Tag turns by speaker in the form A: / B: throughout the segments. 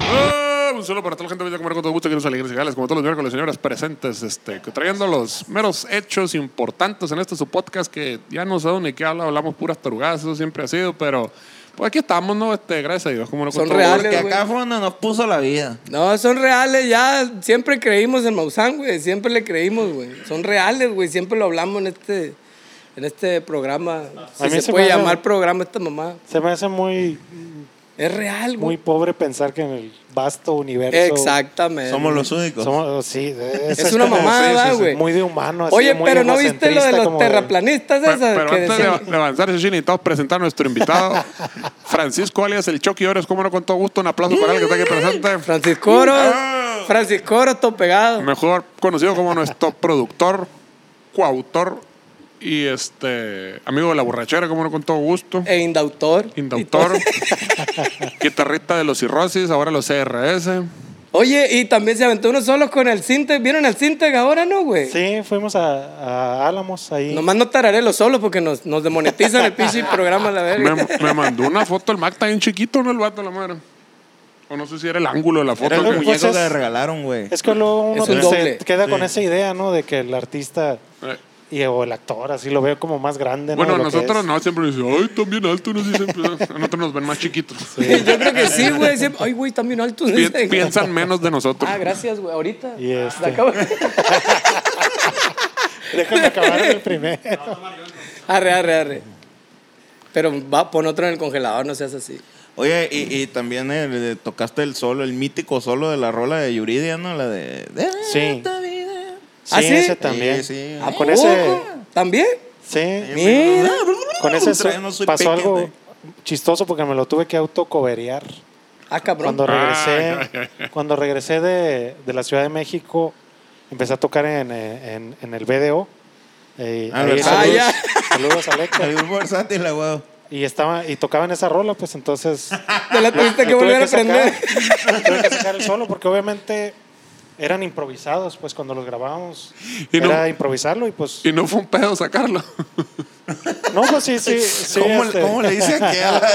A: Ah, Un saludo para toda la gente que viene a comer con todo gusto, que nos alegres y galas, como todos los miércoles, señoras presentes, este, trayendo los meros hechos importantes en este su podcast, que ya no sé ni qué habla, hablamos puras tarugadas, eso siempre ha sido, pero pues aquí estamos, ¿no? Este, gracias a Dios, como no
B: Son
A: costó-
B: reales.
C: Porque
B: güey.
C: acá fue donde nos puso la vida.
B: No, son reales, ya siempre creímos en Maussan, güey, siempre le creímos, güey. Son reales, güey, siempre lo hablamos en este, en este programa. Si
D: A mí
B: se,
D: se
B: puede
D: me hace-
B: llamar programa esta mamá.
D: Se me hace muy,
B: Es real,
D: muy
B: güey.
D: pobre pensar que en el vasto universo.
B: Exactamente.
C: Somos los únicos.
D: Somos, oh, sí, es,
B: Es una
D: como-
B: mamada,
D: sí, sí, sí,
B: güey.
D: Muy de humano. así,
B: Oye,
D: muy
B: pero ¿no viste lo de
D: egocentrista,
B: los
D: como
B: terraplanistas
A: Pero,
B: esas?
A: pero
B: que
A: antes de,
B: decían-
A: de avanzar, Shishin, necesitamos presentar a nuestro invitado, Francisco alias el Choque Ores, como no con todo gusto, un aplauso para él que está aquí presente.
B: Francisco Oro, Francisco Oro, todo pegado.
A: Mejor conocido como nuestro productor, coautor y este amigo de la borrachera, como no con todo gusto.
B: E indautor.
A: Indautor, guitarrista de los cirrosis, ahora los CRS.
B: Oye, y también se aventó uno solo con el Sintec. ¿Vieron al Sintec ahora, no, güey?
D: Sí, fuimos a, a Álamos ahí.
B: Nomás no tararé los solos porque nos, nos demonetizan el pinche programa, la
A: Me,
B: verga.
A: me mandó una foto el Mac está bien chiquito, ¿no? El vato, la madre. O no sé si era el ángulo de la foto.
C: Era el
A: que-
D: Pues
C: muñeco que
D: es-
C: le regalaron, güey.
D: Es que luego uno
B: Es un
D: se
B: doble.
D: queda con esa idea, ¿no? De que el artista
A: Eh,
D: y, o el actor así lo veo como más grande. ¿no?
A: Bueno,
D: de lo que
A: nosotros
D: es.
A: no, siempre nos dicen, ay, están bien altos, nos dicen. pues, A nosotros nos ven más chiquitos.
B: Yo creo que sí, güey. Siempre- Ay, güey, también alto.
A: Pi- piensan menos de nosotros.
B: Ah, gracias, güey. Ahorita.
D: Y este-
B: La acabo-
D: Déjame acabar el primero.
B: Arre, arre, arre. Pero va, pon otro en el congelador, no seas así.
C: Oye, y, y también el- el- tocaste el solo, el mítico solo de la rola de Yuridia, ¿no? La de... de
D: Sí.
C: esta vida.
D: Sí,
B: ¿Ah, sí?
D: ese también.
C: Sí, sí.
B: ¿A
D: Ah, Con
B: poco?
D: ese-
B: Oh, ¿También?
D: Sí.
B: Mira.
D: Con ese su-
C: Trae, no soy
D: pasó
C: peque,
D: algo
C: güey.
D: chistoso porque me lo tuve que autocoverear.
B: Ah, cabrón.
D: Cuando
A: Ah, ya,
D: regresé, cuando regresé de, de la Ciudad de México, empecé a tocar en, eh, en, en el BDO. Eh,
C: Ah,
D: ahí
C: ¿verdad?
D: saludos,
B: Ah,
D: saludos a Alexa.
C: El grupo versátil, la huevo.
D: Y estaba, y tocaban esa rola, pues entonces
B: Te la tuviste que
D: Lo tuve
B: volver a
D: sacar-
B: aprender.
D: lo tuve que sacar el solo porque obviamente eran improvisados, pues cuando los grabábamos
A: Y
D: era
A: no-
D: improvisarlo y pues
A: Y no fue un pedo sacarlo.
D: no, pues sí, sí, sí,
C: ¿Cómo,
D: este,
C: cómo le dice aquí a la...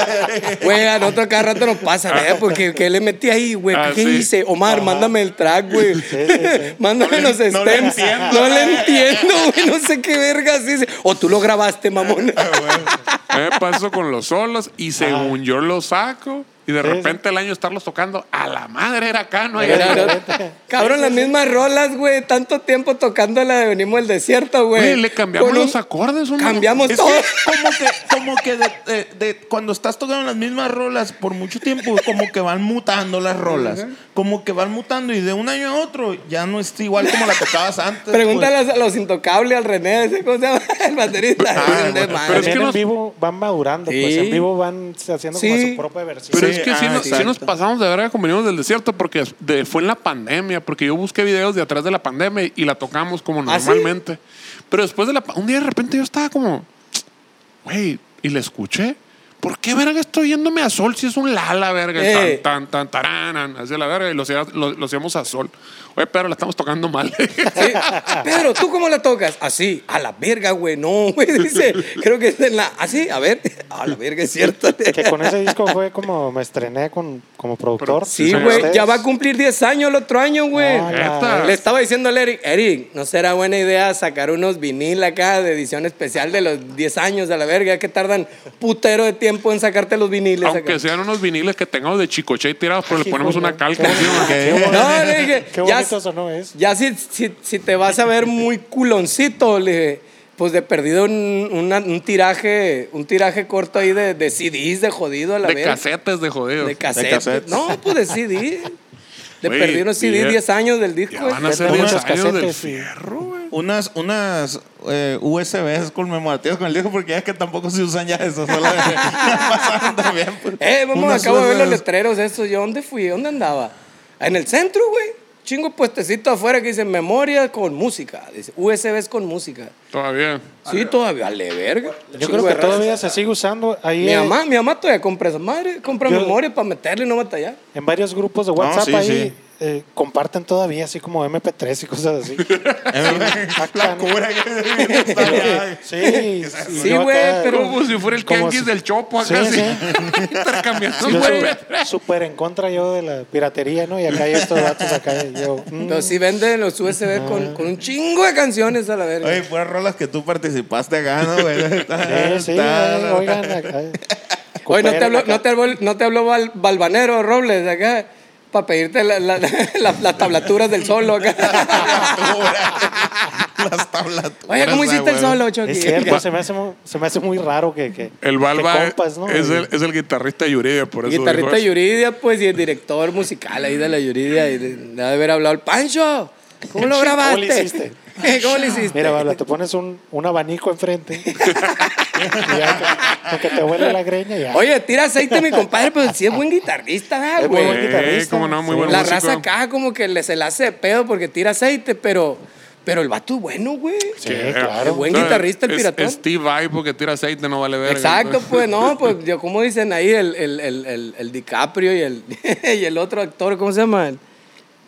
B: Güey, a nosotros cada rato nos pasa, ¿verdad? Porque ¿qué le metí ahí, güey?
A: Ah,
B: ¿Qué
A: sí.
B: hice? Omar, mándame el track, güey.
D: sí, sí.
B: mándame los stems.
C: no
B: No
C: le
B: le
C: entiendo.
B: entiendo. güey. No sé qué vergas dice. O tú lo grabaste, mamón.
A: Me Eh, paso con los solos y según yo los saco. Y de
D: Sí, sí.
A: repente el año estarlos tocando, a la madre era acá, no hay
B: Era- era- Cabrón, las mismas rolas, güey. Tanto tiempo tocando la de Venimos del Desierto, güey.
A: Güey, le cambiamos
B: Con un-
A: los acordes. ¿o no?
B: Cambiamos
C: Es
B: todo.
C: que como que, como que de, de- de- cuando estás tocando las mismas rolas por mucho tiempo, como que van mutando las rolas. Como que van mutando y de un año a otro ya no es igual como la tocabas antes.
B: Pregúntale a los intocables, al René, ese, ¿cómo se llama? El baterista.
A: Ah, bueno,
B: De madre.
A: pero es
D: también
A: que
D: en
A: nos-
D: vivo van madurando, pues
B: Sí.
D: en vivo van haciendo como
B: Sí.
D: su propia versión.
A: Pero
C: Sí,
A: es que sí,
C: ah,
A: nos, sí
C: exacto.
A: nos pasamos de verga con Venimos del Desierto porque es- de- fue en la pandemia, porque yo busqué videos de atrás de la pandemia y la tocamos como
B: ¿Ah, sí?
A: normalmente. Pero después de la... pa- Un día de repente yo estaba como... Güey, y le escuché. ¿Por qué verga estoy yéndome a sol si es un lala, verga? Y
B: Eh.
A: Tan, tan, tan, taranan, hacia la verga. Y lo hacía- lo lo hacíamos a sol. Oye, pero la estamos tocando mal.
B: Sí. Pedro, ¿tú cómo la tocas? Así, a la verga, güey. No, güey. Dice, creo que es en la. Así, a ver. A la verga, es cierto.
D: Que con ese disco fue como me estrené con, como productor.
B: Sí,
A: Sí,
B: güey.
D: ustedes.
B: Ya va a cumplir 10 años el otro año, güey.
D: Ah,
A: Neta.
B: Le estaba diciendo al Eric, Eric, ¿no será buena idea sacar unos vinil acá de edición especial de los 10 años a la verga? Que tardan putero de tiempo en sacarte los viniles. acá.
A: Aunque sean unos viniles que tengamos de chicoche tirados, pero le
D: Hijo,
A: ponemos una
D: qué
A: calca
D: bonito,
A: encima.
D: qué bonito.
B: No, le dije,
D: Qué
B: ya-
D: bonito sonó eso.
B: Ya si, si, si te vas a ver muy culoncito, le dije, pues de perdido un, una- un tiraje, un tiraje corto ahí de, de CDs de jodido a la
A: De
B: verga.
A: casetes de jodidos.
B: De cassette.
C: De cassette.
B: No, pues de CD. De
A: Güey,
B: perdido unos CD
A: ya-
B: 10 años del disco. eh.
A: Ya van a
B: güey.
A: ser
D: Unos
A: 10 años del
D: casetes y-
A: fierro, güey.
C: Unas, unas eh, USBs conmemorativas con el disco porque ya es que tampoco se usan ya esas. solo de- pasaron también. pues.
B: Eh, vamos,
C: Unas
B: acabo de ver los
C: USBs.
B: letreros esos. ¿Yo dónde fui? ¿Dónde andaba? En el centro, güey. chingo de puestecitos afuera que dicen memoria con música. Dice USBs con música.
A: Todavía.
B: Sí, todavía, le verga.
D: Yo creo que todavía se sigue usando ahí
B: Mi
D: eh,
B: mamá, mi mamá todavía compra esa madre, compra
D: Yo- Mm.
B: memoria para meterle y no batallar.
D: eh, en varios grupos de WhatsApp
C: sí,
D: ahí
C: sí.
D: eh, comparten todavía así como MP3 y cosas así.
C: La cura que
D: Sí,
B: Sí,
D: yo
B: güey,
D: acá-
B: pero-
A: Como si fuera el
D: Como
A: canguis
D: si-
A: del chopo acá, así.
D: Sí, sí.
A: Intercambiando
D: Yo
A: güey.
D: súper- súper en contra yo de la piratería, ¿no? Y acá hay estos datos acá y yo. mm,
B: Pero sí venden los USB con, con un chingo de canciones a la verga.
C: Oye, fueron rolas que tú participaste acá, ¿no, güey?
D: sí, sí, eh, oigan. acá,
B: Oye, ¿no
D: eh,
B: te
D: cooperen
B: habló,
D: acá.
B: no te habló, no te habló Bal- Balvanero Robles acá para pedirte la- la- la- las tablaturas del solo acá?
C: Las tablaturas.
B: Oye, ¿cómo hiciste el
C: güey.
B: solo, Chucky?
D: Es cierto, Pues se me hace muy, se me hace muy raro que, que-
A: El
D: que
A: Balba
D: compas, ¿no?
A: es, el, es el guitarrista de Yuridia, por eso.
B: Guitarrista
A: dijo eso.
B: Yuridia, pues, y el director musical ahí de la Yuridia. Y de, de haber hablado el Pancho. ¿Cómo lo grabaste?
D: ¿Cómo le hiciste?
B: ¿Cómo le hiciste?
D: Mira, Pablo, te pones un, un abanico enfrente. y ya, que, que te huele la greña y ya.
B: Oye, tira aceite mi compadre, pero sí es buen guitarrista, ¿verdad,
D: Es muy
B: güey.
D: buen
A: Eh,
D: guitarrista.
A: cómo no, muy
D: Sí.
A: buen
B: La
A: músico.
B: raza acá como que le, se la hace de pedo porque tira aceite, pero, pero el vato es bueno, güey.
D: Sí, claro.
B: Es buen guitarrista el
A: Eh, es-
B: piratón.
A: Steve Vai, porque tira aceite, no vale verga.
B: Exacto,
A: entonces.
B: pues no, pues yo como dicen ahí el, el, el, el, el DiCaprio y el, y el otro actor, ¿cómo se llama? El,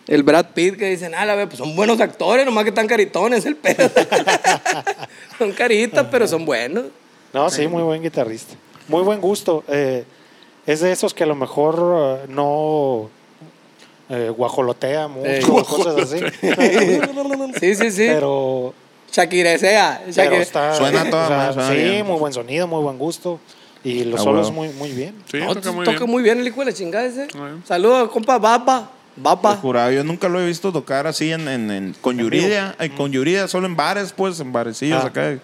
B: el Brad Pitt, que dicen, ah, la vez, pues son buenos actores, nomás que están caritones, el pedo. son caritas, pero son buenos.
D: No, sí, muy buen guitarrista. Muy buen gusto. eh, es de esos que a lo mejor eh, no eh, guajolotea mucho,
B: Ey.
D: o cosas así.
B: Sí, sí, sí.
D: Pero,
B: Shakira sea.
D: pero está.
C: Suena toda madre, suena
D: Sí,
C: bien.
D: muy buen sonido, muy buen gusto. Y los
C: Ah,
D: solos
C: huevo.
D: muy, muy bien.
A: Sí,
B: No, pues,
A: toca
B: toca,
A: muy bien.
B: muy bien el hijo de la chingada ese.
A: bien.
B: Saludos, compa Baba.
C: Te
B: Baba.
C: juraba, yo nunca lo he visto tocar así en, en, en- con Yuridia, eh, con Yuridia, solo en bares, pues, en barecillos
D: Ah.
C: acá.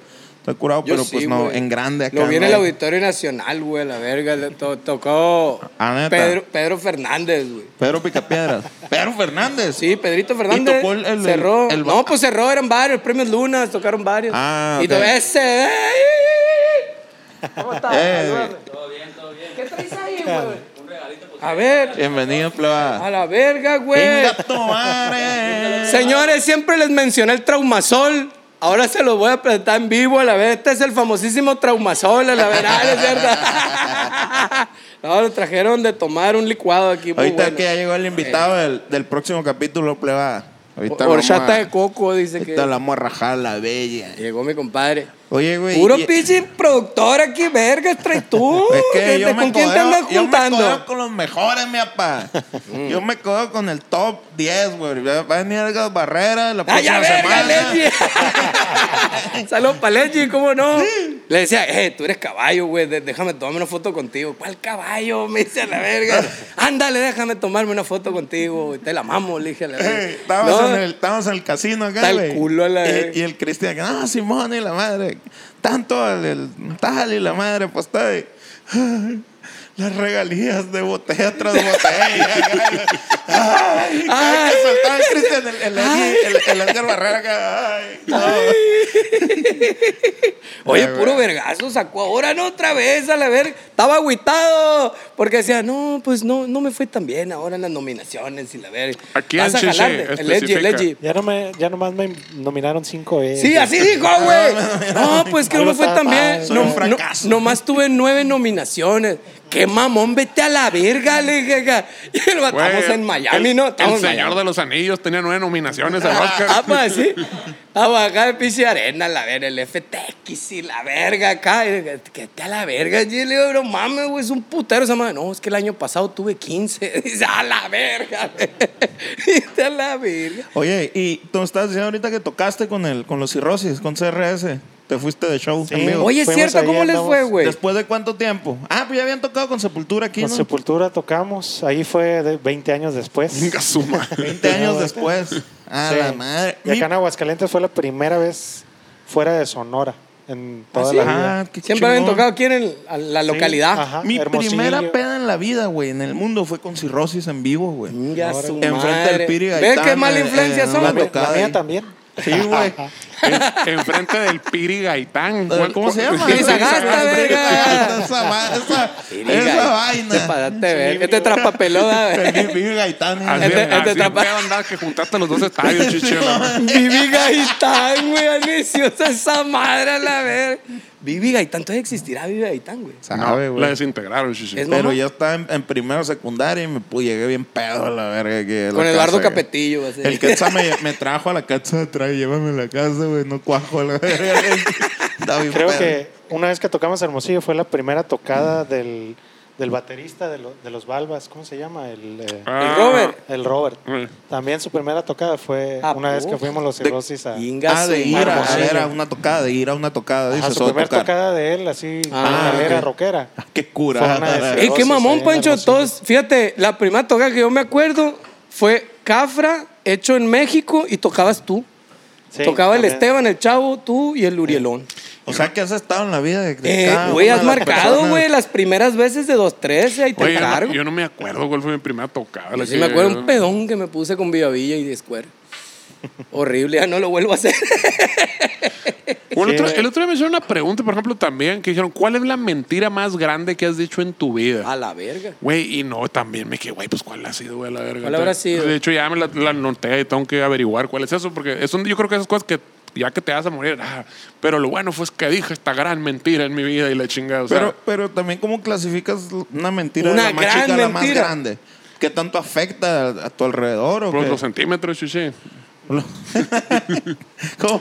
C: Está curado,
B: Yo
C: pero pues
B: sí,
C: no,
B: güey.
C: en grande acá.
B: Lo vi en
C: ¿no?
B: el Auditorio Nacional, güey, la verga. le to- tocó
C: Ah, ¿neta?
B: Pedro, Pedro Fernández, güey.
C: Pedro Picapiedra. Pedro Fernández.
B: Sí, Pedrito Fernández.
C: ¿Y tocó el- el- el-
B: cerró.
C: el-
B: no, pues cerró, eran varios. Premios Lunas, tocaron varios.
C: Ah,
B: Y
C: ok.
B: todo ese. ¡ay! ¿Cómo estás?
C: Eh.
B: Saludos. ¿Qué traes ahí, güey? A ver,
C: Bienvenido, pleba.
B: a la verga, güey.
C: Venga, tomare.
B: Señores, siempre les mencioné el Traumasol. Ahora se los voy a presentar en vivo a la vez. Este es el famosísimo Traumasol, a la verdad, es verdad. No, lo trajeron de tomar un licuado aquí. muy
C: Ahorita
B: bueno.
C: que ya llegó el invitado del, del próximo capítulo, pleba. Ahorita lo vamos
B: Horchata
C: a-
B: de coco, dice que.
C: Ahorita la vamos a rajar la bella.
B: Llegó mi compadre.
C: Oye, güey.
B: Puro
C: y-
B: pinche productor aquí, verga, traes tú.
C: Es que
B: ¿Qué
C: yo
B: te-
C: me
B: ¿Con quién te
C: codeo-
B: andas juntando?
C: Yo me codeo con los mejores, mi papá. yo me codeo con el top 10, güey. Va va a venir Edgar Barrera la
B: ¡Ay,
C: próxima
B: a Ah, verga,
C: semana.
B: Lechi! Saludos para Lechi, ¿cómo no? Le decía, eh, tú eres caballo, güey, de- déjame tomarme una foto contigo. ¿Cuál caballo? Me dice a la verga. Ándale, déjame tomarme una foto contigo, güey, te la mamo, le dije a la verga.
C: Ey, Estábamos,
B: No,
C: en el, estábamos en el casino acá,
B: Está el
C: güey.
B: culo a la
C: y,
B: verga.
C: y el Cristian, ah, Simón y la madre. Tanto el, el tal y la madre, pues está de, "Ay, Las regalías de botella tras botella. ay, cada que
B: Ay.
C: soltaba el Cristian, el, el, Eddie, el, el Edgar Barrera acá. Ay, no.
B: Oye,
C: Ay, güey.
B: puro vergazo sacó ahora, no, otra vez, a la verga. Estaba agüitado, porque decía, no, pues no, no me fue tan bien ahora en las nominaciones y la verga.
A: ¿A quién,
B: Vas a
A: Chichi?
B: jalarle. El Lechi, el
A: Especifica.
B: Lechi.
D: Ya, no me, ya nomás me nominaron cinco E. veces.
B: Sí, así dijo, güey. No, pues que no me fue tan bien.
D: Soy
B: No,
C: un
B: no-
C: fracaso.
B: nomás tuve nueve nominaciones. Qué mamón, vete a la verga, le dije. acá. Y el vato,
A: Güey,
B: estamos en Miami,
A: el-
B: ¿no?
A: El
B: Estamos en
A: señor
B: Miami.
A: de los anillos tenía nueve nominaciones al Oscar.
B: Ah, pues sí. Estamos acá de pinche arena, la verga, el FTX y la verga acá. Y le dije, Que te a la verga, y le digo, no mames, güey, es un putero esa madre. No, es que el año pasado tuve 15. Dice, a la verga, vete a la verga.
C: Oye, y tú me estabas diciendo ahorita que tocaste con, el, con los cirrosis, con CRS. Te fuiste de show,
D: Sí.
C: amigo.
B: Oye, es
D: Fuimos
B: cierto,
D: ahí,
B: ¿cómo les
D: andamos
B: fue, güey?
C: ¿Después de cuánto tiempo? Ah, pues ya habían tocado con Sepultura aquí,
D: Con
C: ¿no?
D: Sepultura tocamos. Ahí fue de 20 años después.
A: Venga, su madre.
C: 20 años después. Ah,
D: Sí.
C: la madre.
D: Y acá en
C: Mi-
D: Aguascalientes fue la primera vez fuera de Sonora en toda
B: sí?
D: la vida.
C: Ah, qué
B: Siempre habían
C: chingón. Ah,
B: tocado aquí en el- a la
D: Sí,
B: localidad.
D: ajá,
C: Mi
D: Hermosillo.
C: primera peda en la vida, güey, en el mundo fue con cirrosis en vivo, güey.
B: Chinga su
C: Enfrente
B: madre.
C: del Piri
B: ¿Ves
C: Gaitán,
B: qué mala
C: eh,
B: influencia
C: en
B: son?
C: una
D: La mía,
C: tocada
D: la mía
C: ahí.
D: también.
C: Sí, güey.
B: pues.
A: En- Enfrente del Piri Gaitán.
C: Eh,
A: ¿Cuál-
C: ¿Cómo se
A: cuál-
C: llama?
B: Piri Sagasta, verga.
C: Esa, va- esa, esa
B: Te
C: vaina.
B: pasaste, ver. Este trapa pelota.
C: Felipe Gaitán.
A: Así,
B: Este- este
A: así el
B: trapa-
A: pedo andaba que juntaste los dos estadios, chichero.
B: Vivi Gaitán, güey. Aniciosa esa madre, a la ver. Vivi Gaitán, entonces existirá Vivi Gaitán, güey.
C: Sabe,
A: La
C: güey.
A: desintegraron, chichero.
B: Es
C: Pero
B: mamá.
C: yo estaba en, en primero secundaria y me pu- llegué bien pedo a la verga. que la
B: Con Eduardo
C: casa, güey.
B: Capetillo, así.
C: El Quetzal me, me trajo a la casa, trae, llévame a la casa, güey, no cuajo a la verga. Está bien
D: Creo
C: pedo.
D: que una vez que tocamos Hermosillo fue la primera tocada del, del baterista de, lo- de los Balbas, ¿cómo se llama? El, eh,
A: Ah.
B: El Robert.
D: el Robert.
A: Mm.
D: También su primera tocada fue
B: Ah,
D: una vez que
B: pues.
D: fuimos los cirrosis a...
B: Inga
C: Ah, de
B: su
C: ir a,
B: madre.
D: Hermosillo.
C: era una tocada, de ir a una tocada,
D: Ajá,
C: dices,
D: su
C: o
D: primera
C: tocar.
D: tocada de él, así,
B: Ah,
D: metalera,
C: ok.
D: rockera.
C: Qué
D: Fue una
C: cura. Eh,
D: de-
B: Ey, qué
D: Hermosillo,
B: mamón,
D: sí,
B: Pancho.
D: Hermosillo.
B: Todos, fíjate, la primera toca que yo me acuerdo fue Cafra, hecho en México, y tocabas tú.
D: Sí,
B: Tocaba el
D: también.
B: Esteban, el Chavo, tú y el Urielón.
C: O sea, que has estado en la vida de, de
B: Eh,
C: cada
B: Güey,
C: una
B: has
C: de las
B: marcado,
C: personas.
B: güey, las primeras veces de 2-13, ahí te
A: Oye, yo no-
B: encargo.
A: yo no me acuerdo cuál fue mi primera tocada. la
B: Yo sí
A: que-
B: me acuerdo un pedón que me puse con Villa Villa y de Square. Horrible, ya no lo vuelvo a hacer.
A: Bueno, el,
D: Sí,
A: otro,
D: güey.
A: el otro día me hicieron una pregunta, por ejemplo, también, que dijeron, ¿cuál es la mentira más grande que has dicho en tu vida?
B: a la verga.
A: Güey, y no, también me quedé, güey, pues ¿cuál ha sido, güey, la verga?
B: ¿Cuál habrá sido?
A: De hecho, ya me la, la noté y tengo que averiguar cuál es eso, porque son, yo creo que esas cosas que ya que te vas a morir, ah, pero lo bueno fue que dije esta gran mentira en mi vida y la chingada. O sea,
C: Pero, pero también, ¿cómo clasificas una mentira
B: Una
C: de la más
B: gran
C: chica a la más
B: mentira.
C: grande? ¿Qué tanto afecta a, a tu alrededor? ¿o
A: por
C: qué?
A: los centímetros, chichi.
C: ¿Cómo?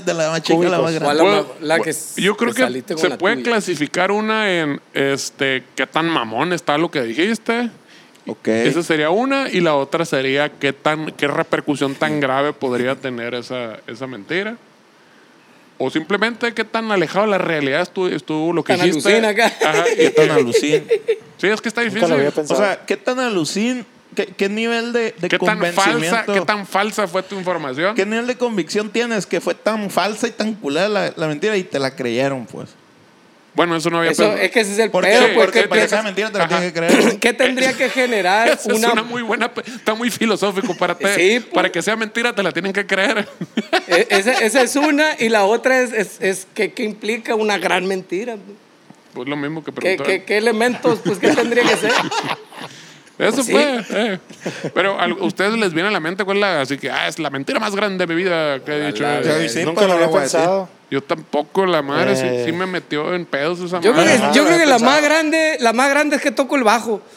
C: De la más chica a la más
B: O a
C: grande.
B: la,
A: Bueno,
B: ma- la que
A: bueno,
B: s-
A: yo creo que,
B: saliste con
A: se
B: la
A: puede
B: tuya.
A: clasificar una en este qué tan mamón está lo que dijiste.
C: Ok.
A: Esa sería una y la otra sería qué tan qué repercusión tan grave podría tener esa, esa mentira. O simplemente qué tan alejado de la realidad estuvo, estuvo lo que
B: Tan
A: dijiste.
B: alucina acá.
A: Ajá,
C: ¿Qué
A: y-
C: tan alucin?
A: sí, es que está
D: Nunca
A: difícil.
D: lo había
C: O
D: pensado.
C: sea, ¿qué tan alucin? ¿Qué, qué nivel de, de
A: ¿Qué tan falsa,
C: convencimiento?
A: qué tan falsa fue tu información?
C: ¿Qué nivel de convicción tienes que fue tan falsa y tan culera la, la mentira y te la creyeron, pues?
A: Bueno, eso no había
B: Eso,
A: pensado.
B: es que ese es el
C: ¿Por
B: pedo,
C: qué?
A: Sí,
B: pues,
C: Porque
B: ¿qué
C: para que sea
B: piensas?
C: mentira te la
A: Ajá.
C: tienes que creer.
B: ¿Qué tendría que generar
A: Esa
B: una,
A: es una muy buena, pe- está muy filosófico para te-
B: Sí, pues.
A: para que sea mentira te la tienen que creer.
B: E- Esa, esa es una y la otra es, es, es que, que implica una gran mentira.
A: Pues lo mismo que
B: ¿Qué,
A: preguntar.
B: qué, qué elementos? Pues, ¿qué tendría que ser?
A: Eso
B: Sí.
A: fue. eh. Pero a ustedes les viene a la mente cuál es la. Así que, ah, es la mentira más grande de mi vida que he dicho.
C: la-
A: Eh,
C: Sí,
D: Nunca
C: pero
D: lo
C: no
D: había
C: voy a decir.
D: pensado.
A: Yo tampoco, la madre. sí-
D: Eh.
A: Sí, me metió en pedos esa
B: Yo creo
A: madre.
B: que, yo creo que la,
C: Pensaba.
B: más grande, la más grande es que toco el bajo.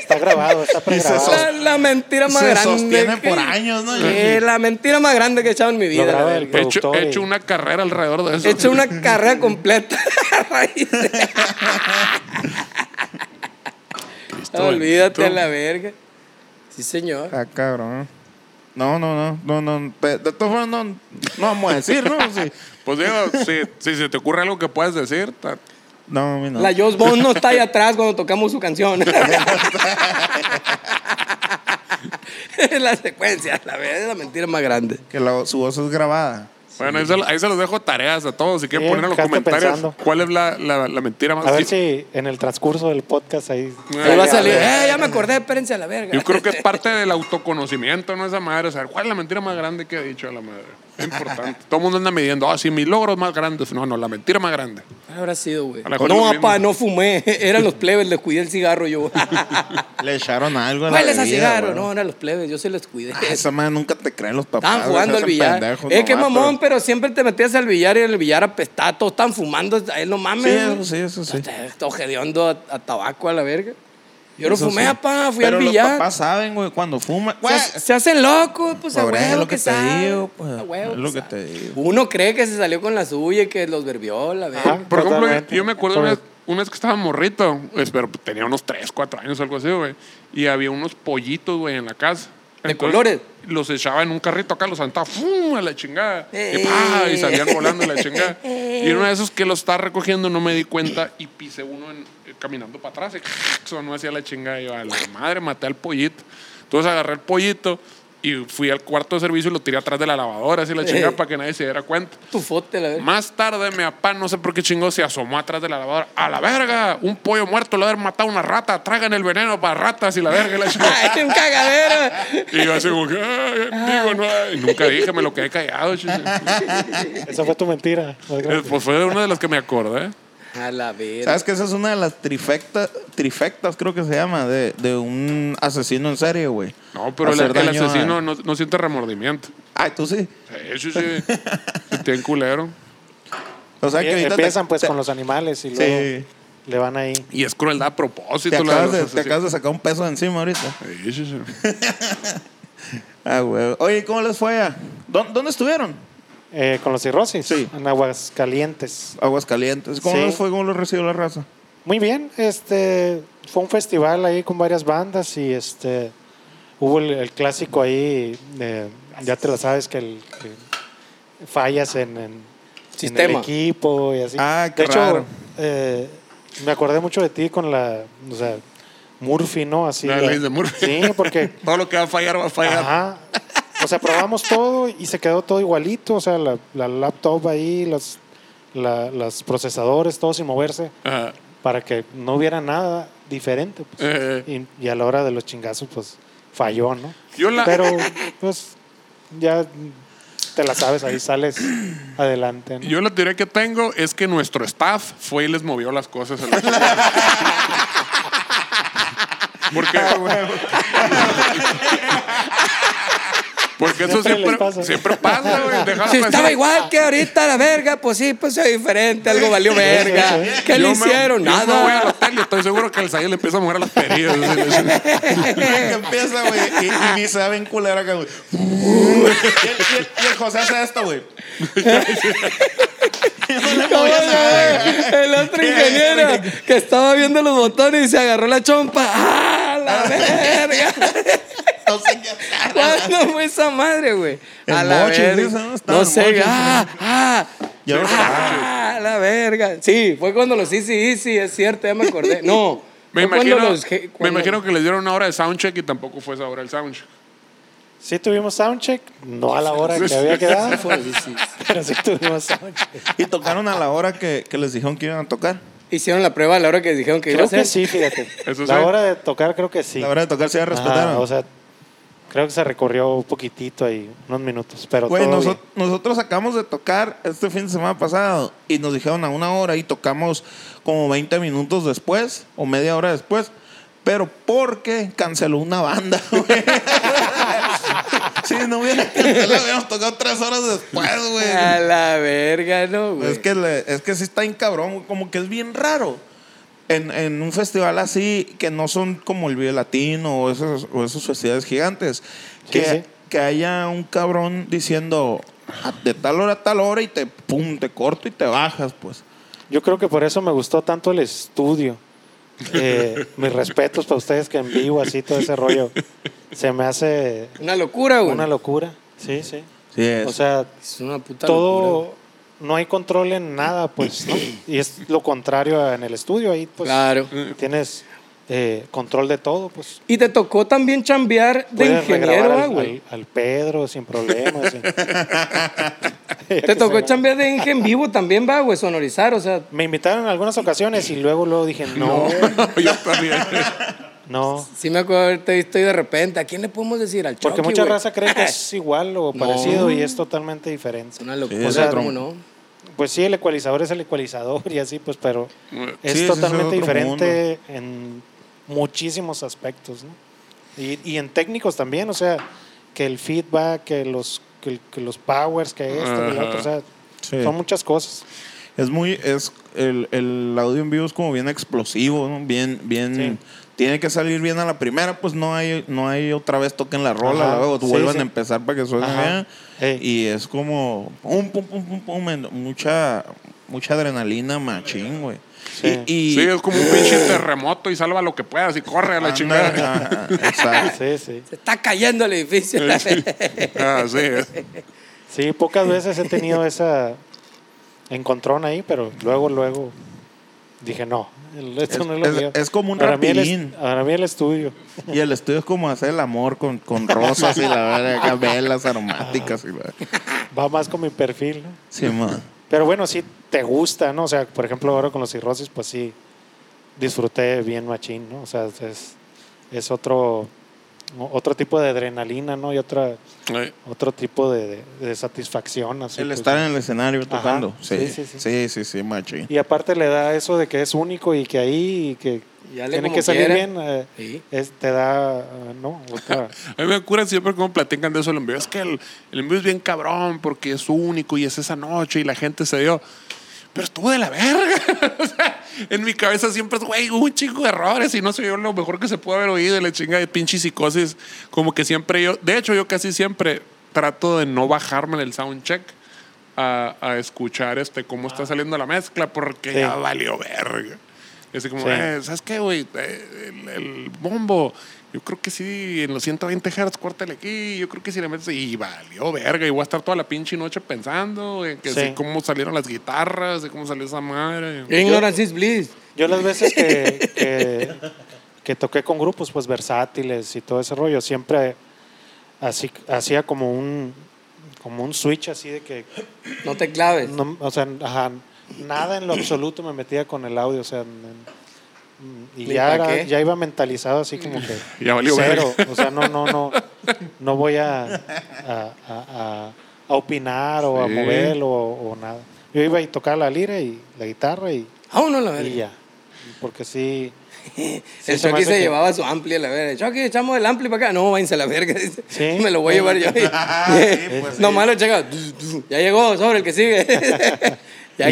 D: Está grabado, está pregrabado.
C: sos-
B: La, la mentira más
C: Se
B: grande.
C: sostiene
B: que-
C: por años, ¿no?
B: que la mentira más grande que he echado en mi vida.
D: Lo
B: la
D: graba
B: verga.
D: el
A: He hecho,
D: productor
A: he
D: y-
A: hecho una carrera alrededor de eso.
B: He hecho una carrera completa. a raíz de- Olvídate
A: bendito.
B: la verga. Sí, señor.
C: Ah, cabrón. No, no, no, no, no. De, de todas formas, no, no vamos a decir, ¿no? Sí.
A: Pues digo, si, si se te ocurre algo que puedas decir, ta-
C: No, a mí no.
B: La Joss Bond no está ahí atrás cuando tocamos su canción. la secuencia, la verdad es la mentira más grande.
C: Que la- su voz es grabada.
A: bueno, ahí se, ahí se los dejo tareas a todos. Si quieren
D: Sí,
A: poner en los
D: dejaste
A: comentarios
D: pensando.
A: cuál es la, la- la mentira más
D: A ver si en el transcurso del podcast ahí...
B: Ahí va a
A: Ah, Ya,
B: salir.
A: ya.
B: Eh, ya me acordé, espérense a la verga.
A: Yo creo que es parte del autoconocimiento, ¿no? Esa madre, saber cuál es la mentira más grande que he dicho a la madre. Es importante. Todo el mundo anda midiendo, ah, sí, mis logros más grandes. No, no, la mentira más grande.
B: ¿Cuál habrá sido, güey?
A: A lo mejor
B: No,
A: lo mismo.
B: apá, no fumé. Eran los plebes, les cuidé el cigarro yo.
C: Le echaron algo a la
B: ¿Cuál es a
C: bebida,
B: cigarro?
C: güey.
B: No, eran los plebes, yo se los cuidé.
C: Ah, esa madre nunca te creen los papás.
B: Estaban
C: güey,
B: jugando
C: se
B: al
C: hacen
B: billar.
C: pendejos
B: es que
C: nomás,
B: mamón, pero siempre te metías al billar y el billar apestaba, todos estaban fumando, él no mames.
C: Sí, eso sí, eso sí.
B: Está- está ojediondo a, a tabaco a la verga. Yo no
C: Eso
B: fumé,
C: sí.
B: apá, fui
C: Pero
B: al
C: Los
B: billar.
C: papás saben, güey, cuando fuman.
B: se,
C: Güey,
B: se hacen locos, pues a
C: Por eso
B: huevo
C: es lo
B: que,
C: que te
B: saben,
C: digo, pues,
B: a huevo
C: es lo que
B: saben.
C: te digo.
B: Uno cree que se salió con la suya y que los verbió, la verga.
A: Por ejemplo, yo-
D: Totalmente.
A: yo me acuerdo una,
D: Sobre-
A: una vez que estaba morrito, pues, pero tenía unos 3, 4 años, algo así, güey. Y había unos pollitos, güey, en la casa.
B: ¿De colores?
A: Los echaba en un carrito acá, los sentaba ¡fum! a la chingada. Y,
B: Ey.
A: pa, y salían volando a la chingada. Y en uno de esos que los estaba recogiendo no me di cuenta y pisé uno en- eh, caminando para atrás. Y sonó hacia la chingada. Y yo, a la madre, maté al pollito. Entonces agarré el pollito. Y fui al cuarto de servicio y lo tiré atrás de la lavadora, así la chingada, para que nadie se diera cuenta.
B: Tu fote, la verga.
A: Más tarde, mi papá, no sé por qué chingo, se asomó atrás de la lavadora. ¡A la verga! Un pollo muerto, lo haber matado a una rata. Tragan el veneno para ratas y la verga. y la chingada.
B: Ay, Ah, un cagadero.
A: Y yo así como que, "Ay, digo, no hay". Nunca dije, me lo quedé callado. chis.
D: Esa fue tu mentira. más
A: Eh,
D: grande.
A: Pues fue una de las que me acordé.
B: A la verga.
C: ¿Sabes que esa es una de las trifectas, trifectas creo que se llama, de, de un asesino en serie, güey?
A: No, pero el,
C: Hacer
A: el
C: daño a-
A: asesino no, no siente remordimiento.
C: Ay, tú sí.
A: Eso sí, sí, tiene culero.
C: O sea, que
D: Eh,
C: ahorita te-
D: Empiezan pues
C: te-
D: con los animales
C: Sí.
D: y luego le van ahí.
A: Y es crueldad a propósito.
C: Te
A: la
C: acabas,
A: de
C: de,
A: los
C: te acabas
A: asesinos.
C: de sacar un peso de encima ahorita.
A: Sí, sí, sí.
C: Ah, güey. Oye, ¿cómo les fue allá? ¿Dó- ¿Dónde estuvieron?
D: Eh, con los cirrosis
C: Sí.
D: en Aguascalientes.
C: Aguascalientes. ¿Cómo
D: Sí.
C: les fue? ¿Cómo los recibió la raza?
D: Muy bien, este fue un festival ahí con varias bandas y este hubo el, el clásico ahí, eh, ya te la sabes que, el, que fallas en, en- en
B: Sistema.
D: el equipo y así.
C: Ah, qué
D: de hecho,
C: raro.
D: eh, me acordé mucho de ti con la, o sea, Murphy, ¿no? Así.
A: La ley de Murphy.
D: Sí, porque
A: Todo lo que va a fallar, va a fallar.
D: Ajá. O sea, probamos todo y se quedó todo igualito. O sea, la, la laptop ahí, los, la- los procesadores, todo sin moverse,
A: Ajá.
D: para que no hubiera nada diferente. pues.
A: Eh.
D: Y, y a la hora de los chingazos, pues falló, ¿no?
A: Yo la-
D: Pero, pues, ya te la sabes, ahí sales adelante. ¿no?
A: Yo la teoría que tengo es que nuestro staff fue y les movió las cosas. a los- Porque,
D: Ah,
A: porque eso
D: Siempre les
A: siempre,
D: pasa.
A: siempre pasa, güey. Dejas
B: Si
A: pasar.
B: estaba igual que ahorita, la verga, pues sí, pues es diferente, algo valió verga.
D: sí, sí.
B: ¿Qué
A: Yo
B: le
A: me-
B: hicieron?
A: yo me voy al
B: Nada.
A: hotel y estoy seguro que el Sayel le empieza a mover a los pedidos.
D: Eh.
C: que empieza, güey, y, y ni saben culera que, güey. y, el, y el- y el José hace esto, güey.
B: ¿Cómo no? El otro ingeniero que estaba viendo los botones y se agarró la chompa. ¡Ah, la verga!
C: No sé qué hacer.
B: ¿Cuándo fue esa madre, güey? A
C: El
B: la
C: mochi,
B: verga.
C: dice, ¿no? Estaba
B: No
C: el
B: sé,
C: mochi.
B: ah, ah,
C: Y ahora
B: ah, la verga. Sí, fue cuando los Easy Easy, es cierto, ya me acordé. No,
A: Me
B: fue cuando
A: imagino,
B: los ge-
A: me
B: cuando-
A: imagino que les dieron una hora de soundcheck y tampoco fue esa hora del soundcheck.
D: Sí tuvimos soundcheck, no a la hora que había quedado,
B: Fue los Easy Easy.
D: pero sí tuvimos soundcheck.
C: Y tocaron a la hora que, que les dijeron que iban a tocar.
B: Hicieron la prueba a la hora que dijeron que iba a
D: Creo
B: ser.
D: que sí, fíjate.
A: Eso
D: la
A: sí.
D: hora de tocar creo que sí.
C: La hora de tocar se iba a respetar.
D: Ajá, o sea, creo que se recorrió un poquitito ahí, unos minutos, pero
C: Güey,
D: todo
C: noso-
D: bien.
C: nosotros acabamos de tocar este fin de semana pasado y nos dijeron a una hora y tocamos como 20 minutos después o media hora después, pero porque canceló una banda, güey. si no hubiera cancelado, hubiéramos tocado tres horas después, güey.
D: Ah,
B: A la verga, no, güey.
C: Es que, le- es que sí está bien cabrón, güey, como que es bien raro. En, en un festival así, que no son como el Vive Latino o esas, o esas sociedades gigantes, que,
D: sí.
C: que haya un cabrón diciendo "A- de tal hora a tal hora y te pum, te corto y te bajas, pues.
D: Yo creo que por eso me gustó tanto el estudio. Eh, mis respetos para ustedes que en vivo así todo ese rollo. Se me hace
B: Una locura, güey.
D: una locura. Sí, sí.
C: Sí, es.
D: O sea,
B: Es una puta locura.
D: todo no hay control en nada, pues, ¿no? Y es lo contrario a- en el estudio ahí, pues.
B: Claro.
D: Tienes eh, control de todo, pues.
B: Y te tocó también chambear de
D: Puedes
B: ingeniero,
D: regrabar
B: ah,
D: al,
B: güey.
D: al- al Pedro sin problemas. sin-
B: Te tocó chambear de ingen vivo también, va, güey, sonorizar, o sea.
D: Me invitaron en algunas ocasiones y luego luego dije, no,
A: Yo también.
D: no.
B: Sí me acuerdo haberte visto y de repente, ¿a quién le podemos decir al
D: Porque
B: Chucky,
D: mucha
B: güey?
D: raza cree que es igual o parecido y es totalmente
B: Es
D: diferente.
B: Una locura,
C: Sí,
B: o
C: es
B: sea,
C: otro-
B: ¿cómo no?
D: Pues sí, el ecualizador es el ecualizador y así, pues, pero es
C: Sí, ese es
D: totalmente
C: otro
D: diferente en muchísimos aspectos, ¿no? Y, y en técnicos también, o sea, que el feedback, que los, que, el- que los powers, que esto, que lo otro, o sea,
C: Sí.
D: son muchas cosas.
C: Es muy, es el, el audio en vivo es como bien explosivo, ¿no? Bien, bien. Tiene que salir bien a la primera, pues no hay, no hay otra vez toquen la rola,
D: Ajá,
C: luego
D: sí,
C: vuelvan
D: sí.
C: a empezar para que suene
D: Ajá.
C: bien.
D: Ey.
C: Y es como pum, pum, pum, pum, pum, en- mucha, mucha adrenalina machín, güey.
D: Sí.
C: Y, y-
A: Sí, es como un pinche terremoto y salva lo que puedas y corre a la
C: Anda,
A: chingada.
C: ajá, exacto.
D: Sí, sí.
B: Se está cayendo el edificio. la verga.
A: Ah, sí. es.
D: Sí, pocas veces he tenido esa encontrón ahí, pero luego, luego Dije, no, el- esto
C: Es-
D: no es lo
C: es-
D: mío.
C: es como un
D: para mí, el es-
C: rapidín.
D: para mí el estudio.
C: Y el estudio es como hacer el amor con, con rosas y la verga, velas aromáticas y la
D: Va más con mi perfil, ¿no?
C: Sí, man.
D: Pero bueno, sí te gusta, ¿no? O sea, por ejemplo, ahora con los cirrosis, pues sí disfruté bien machín, ¿no? O sea, es, es otro, otro tipo de adrenalina, ¿no? Y otra,
A: Ay,
D: otro tipo de, de- de satisfacción. Así,
C: El
D: pues,
C: estar
D: ¿no?
C: en el escenario tocando. Sí,
D: Sí,
C: sí,
D: sí,
C: sí,
D: sí.
C: sí, machín.
D: Y aparte le da eso de que es único y que ahí y que
B: Y dale
D: tiene
B: como
D: que salir
B: quiera.
D: bien, eh,
B: Sí.
D: es- te da, eh, ¿no? Otra-
A: A mí me cura siempre como platican de eso el envío. Es que el, el envío es bien cabrón porque es único y es esa noche y la gente se dio. Pero estuvo de la verga. o sea, en mi cabeza siempre es, güey, hubo un chingo de errores y no se oyó lo mejor que se pudo haber oído y la chinga de pinche psicosis. Como que siempre yo, de hecho, yo casi siempre trato de no bajarme en el sound check. A, a escuchar este cómo está saliendo la mezcla porque
D: Sí.
A: ya valió verga. Y así como,
D: Sí.
A: "Eh, ¿sabes qué, güey? Eh, El, el bombo, yo creo que sí, en los 120 Hz, córtale aquí. Yo creo que si le metes, y valió verga. Y voy a estar toda la pinche noche pensando en que
D: Sí.
A: sí, cómo salieron las guitarras, de cómo salió esa
D: Eh,
A: madre.
B: Ignorance is bliss.
D: Yo las veces que, que, que toqué con grupos pues versátiles y todo ese rollo, siempre así, hacía como un como un switch así de que
B: No te claves.
D: no- o sea, ajá, nada en lo absoluto me metía con el audio, o sea, en- en- y
B: Ni
D: ya
B: pa'
D: era-
B: qué.
D: ya iba mentalizado así como que
A: Ya valió
D: cero, o sea, no no no no voy a a, a- a- a opinar o a
A: Sí.
D: mover o, o nada. Yo iba y tocaba la lira y la guitarra y
B: A uno la verga.
D: y ya. Porque sí. sí
B: el
D: me
B: Chucky
D: hace
B: se
D: que-
B: llevaba su ampli a la verga. Chucky, echamos el ampli para acá. No, váyanse a la verga. dice.
D: Sí. pues
B: Me lo voy a llevar yo. no, malo, checa. Ya llegó, sobre el que sigue. ya que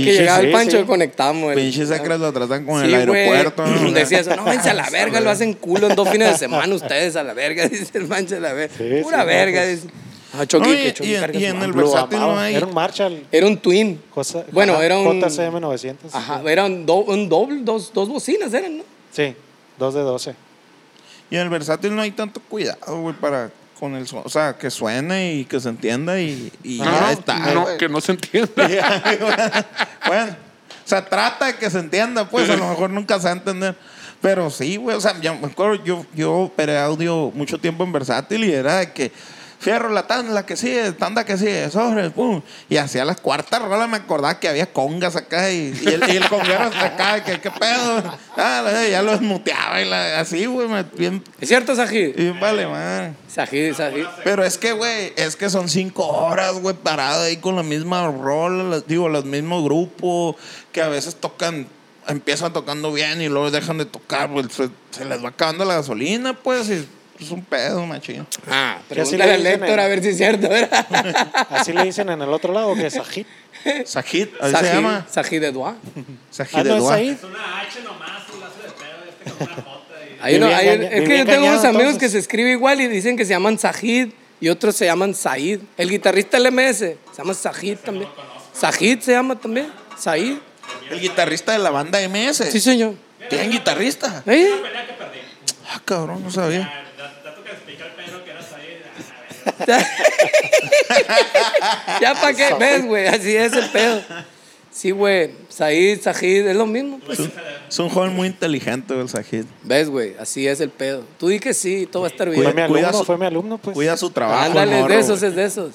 C: Pinche,
B: llegaba
D: sí,
B: el Pancho,
D: sí.
B: conectamos. el-
C: Pinches sacras lo tratan con
B: Sí,
C: el
B: güey.
C: aeropuerto. ¿no?
B: Decía eso, no, váyanse a la verga, lo hacen culo en dos fines de semana ustedes a la verga, dice el mancha a la verga.
D: Sí,
B: Pura
D: sí,
B: verga,
D: no, pues.
B: dice. Ah, Chucky,
C: No,
B: que
C: y-
B: Chucky
C: y en-
B: carga
C: y
B: su
C: en el
B: mano.
D: Lo
C: versátil no
D: amaba.
C: hay-
D: Era un Marshall.
B: Era un twin.
D: cosa-
B: bueno,
D: ajá,
B: era un...
D: JCM 900.
B: Ajá, era un, do- un doble, dos, dos bocinas eran, ¿no?
D: Sí, 2 de 12.
C: Y en el versátil no hay tanto cuidado, güey, para con el son. O sea, que suene y que se entienda y, y
A: No,
C: ya
A: no,
C: está.
A: no,
C: güey.
A: que no se
D: Eh,
A: entienda.
C: bueno, o sea, trata de que se entienda, pues a lo mejor nunca se va a entender. Pero sí, güey, o sea, ya me acuerdo, yo, yo operé audio mucho tiempo en versátil y era de que fierro la tanda que sigue, tanda que sigue, sobre, pum. Y hacía las cuartas rolas, me acordaba que había congas acá y, y el, y el conguero hasta acá, que qué pedo. Ah, la- ya lo desmuteaba y la- así, güey, me- bien,
B: ¿Es cierto, Saji?
C: bien vale, man.
B: Saji, Saji. Ah,
C: Pero es que, güey, es que son cinco horas, güey, parado ahí con la misma rola, las- digo, los mismos grupos, que a veces tocan, empiezan tocando bien y luego dejan de tocar, güey, se, se les va acabando la gasolina, pues, y es un pedo, machín.
B: Ah,
D: así
B: pregúntale
D: le
B: al
D: dicen
B: Héctor
D: en-
B: a ver si es cierto, ¿verdad?
D: Así le dicen en el otro lado que es Sajid.
C: Sajid, ahí se llama.
B: Saji, Saji de Dua.
C: Sajid
D: Ah, no, es
C: Eduard.
D: ahí.
B: Ahí
D: Viví
B: no, ahí-
D: engaña-
B: es
D: viví
B: que yo tengo
D: engañado,
B: unos amigos
D: entonces.
B: que se escribe igual y dicen que se llaman Sajid y otros se llaman Said. El guitarrista LMS se llama Sajid también. Sajid se llama también. Said.
C: El guitarrista de la banda MS.
B: Sí, señor.
C: ¿Tienen guitarrista?
B: ¿Eh?
C: Ah, cabrón, no sabía.
B: ya para qué ves, güey. Así es el pedo. Sí, güey. Said, Sajid, es lo mismo. pues.
C: Es un, es un joven muy inteligente, güey, el Sajid.
B: Ves, güey. Así es el pedo. Tú di que sí, todo va a estar bien.
D: Fue mi
C: cuida
D: alumno,
C: su-
D: fue mi alumno, pues.
C: Cuida su trabajo.
B: Ándale,
C: morro,
B: de esos,
C: güey.
B: es de esos.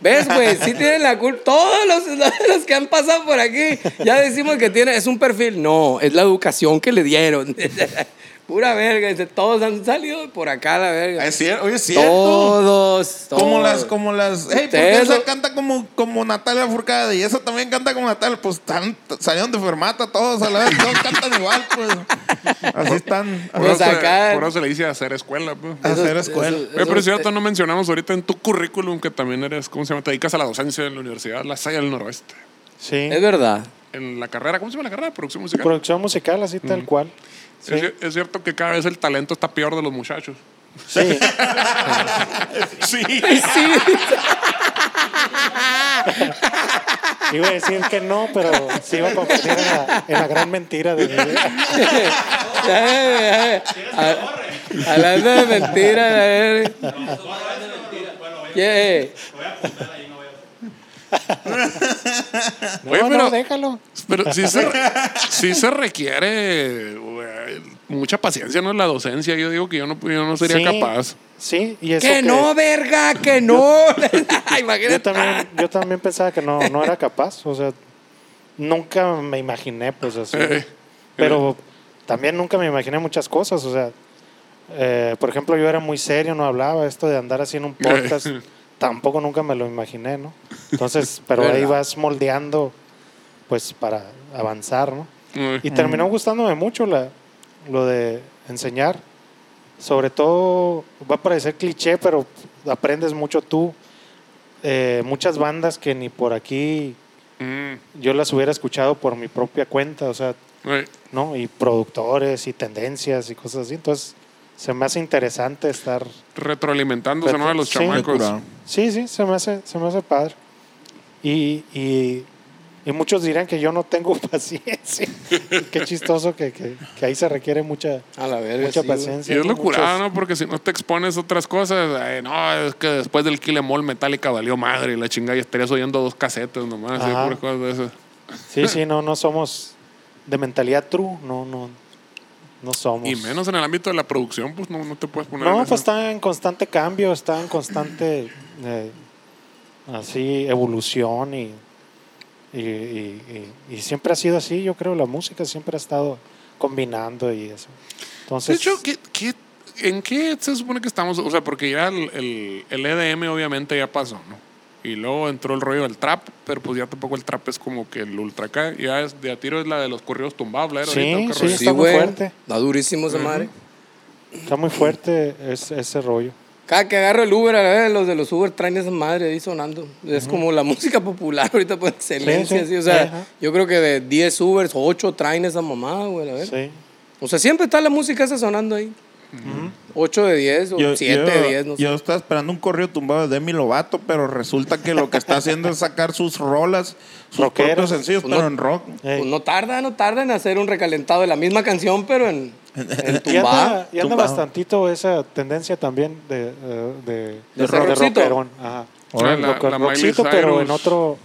B: ¿Ves, güey? Sí tienen la culpa. Todos los, los que han pasado por aquí, ya decimos que tiene, es un perfil. No, es la educación que le dieron. Pura verga, dice, todos han salido por acá, la verga.
C: Ah, es cier- oye, es cierto.
B: Todos, todos.
C: Como las, como las. Hey, ¿por qué
B: Ustedes
C: esa
B: lo-
C: canta como, como Natalia Furcada? Y esa también canta como Natalia. Pues tan- salieron de fermata todos a la vez. Todos cantan igual, pues. Así están.
A: Por,
B: Pues
A: eso,
B: acá-
A: se, por eso le hice hacer escuela. pues.
D: Eh,
C: a hacer
B: esos-
C: escuela.
B: esos-
A: Oye, pero
B: esos-
A: si ahorita no mencionamos ahorita en tu currículum que también eres, ¿cómo se llama? Te dedicas a la docencia en la Universidad La Salle del Noroeste.
D: Sí.
B: Es verdad.
A: En la carrera, ¿cómo se llama la carrera? Producción musical.
D: Producción musical, así
C: Mm.
D: tal cual. Sí.
A: Es, cier- es cierto que cada vez el talento está peor de los muchachos.
D: sí.
A: Sí.
B: Sí,
D: Iba a decir que no, pero sí iba a convertir en la, en la gran mentira de mi vida.
B: Ya, ya, ya. Hablando de mentiras, la verga. Yeah.
D: No,
A: Oye, pero-
D: no, déjalo.
A: Pero sí se, re- sí se requiere güey, mucha paciencia, ¿no? La docencia. Yo digo que yo no, yo no sería
D: Sí,
A: capaz.
D: Sí, y eso
B: Que no, verga, que no. Imagínate.
D: yo también, yo también pensaba que no, no era capaz. O sea, nunca me imaginé, pues así.
A: Eh,
D: Pero también nunca me imaginé muchas cosas. O sea, eh, por ejemplo, yo era muy serio, no hablaba. Esto de andar así en un podcast, tampoco nunca me lo imaginé, ¿no? Entonces, pero ahí
B: ¿Verdad?
D: vas moldeando, pues para avanzar, ¿no?
A: eh,
D: Y terminó gustándome mucho la, lo de enseñar. Sobre todo, va a parecer cliché, pero aprendes mucho tú. Eh, muchas bandas que ni por aquí
A: mm,
D: yo las hubiera escuchado por mi propia cuenta, o sea,
A: eh.
D: ¿no? Y productores y tendencias y cosas así. Entonces, se me hace interesante estar.
A: retroalimentándose ¿no? a los
D: Sí.
A: chamacos.
C: Curado.
D: Sí, sí, se me hace, se me hace padre. Y, y, y muchos dirán que yo no tengo paciencia. Qué chistoso que, que- que ahí se requiere mucha,
B: A la verga.
D: mucha
B: sí, güey.
D: paciencia.
A: Y es
D: ¿no?
A: lo curado,
D: Muchas-
A: ¿no? Porque si no te expones a otras cosas, ay, no, es que después del Kill Em All Metallica valió madre y la chingada y estarías oyendo dos casetes nomás, y
D: Ajá.
A: puras cosas de esas.
D: Sí, sí, no, no somos de mentalidad true, no, no, no somos.
A: Y menos en el ámbito de la producción, pues no, no te puedes poner. en
D: No,
A: eso.
D: pues está en constante cambio, está en constante eh, así evolución y, y, y- y- y siempre ha sido así, yo creo, la música siempre ha estado combinando y eso.
A: De
D: Entonces,
A: hecho, ¿qué- qué- en qué se supone que estamos? O sea, porque ya el, el- el EDM obviamente ya pasó, ¿no? Y luego entró el rollo del trap, pero pues ya tampoco el trap es como que el ultra acá. Ya es, de a tiro es la de los corridos tumbados, ¿verdad?
D: Sí,
A: Ahorita, ¿qué
D: sí,
A: rollo?
D: está muy
B: güey.
D: fuerte.
B: Está durísimo esa madre.
D: está muy fuerte es- ese rollo.
B: Cada que agarro el Uber, a ver, los de los Uber traen esa madre ahí sonando. Es como la música popular ahorita por excelencia.
D: Sí, sí.
B: así, O sea,
D: Ajá.
B: yo creo que de 10 Ubers, 8 traen esa mamada, güey. A ver.
D: Sí.
B: O sea, siempre está la música esa sonando ahí. 8 de 10 o 7 de 10, no sé.
C: yo estaba esperando un correo tumbado de Demi Lovato, pero resulta que lo que está haciendo es sacar sus rolas, sus
D: Rockeras.
C: propios sencillos,
B: Pues no-
C: pero en rock.
D: Ey.
B: Pues no tarda, no tarda en hacer un recalentado de la misma canción, pero en, en
D: Y
B: tumbada.
D: anda, y anda
C: tumbado.
D: bastantito esa tendencia también de, eh, de,
B: De
D: de
B: rockcito.
D: rockerón, ajá.
A: Ahora la-
D: Rock-
A: la Miley
D: rockcito, pero
A: Cyrus.
D: en otro,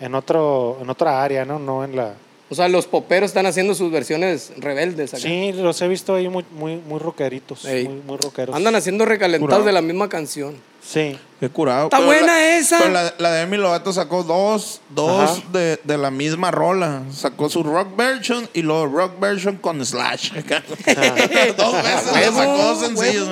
D: en otro, en otra área, ¿no? No en la
B: O sea, los poperos están haciendo sus versiones rebeldes. acá.
D: Sí, los he visto ahí muy, muy, muy rockeritos.
B: Ey.
D: Muy, muy rockeros.
B: Andan haciendo recalentados
C: Curado.
B: de la misma canción.
D: Sí.
C: Qué curado.
B: Está
C: Pero
B: buena
C: la-
B: esa.
C: Pero la, la de Demi Lovato sacó dos, dos
D: Ajá.
C: de, de la misma rola. Sacó su rock version y luego rock version con slash. dos veces le sacó
B: Huevo,
C: dos sencillos.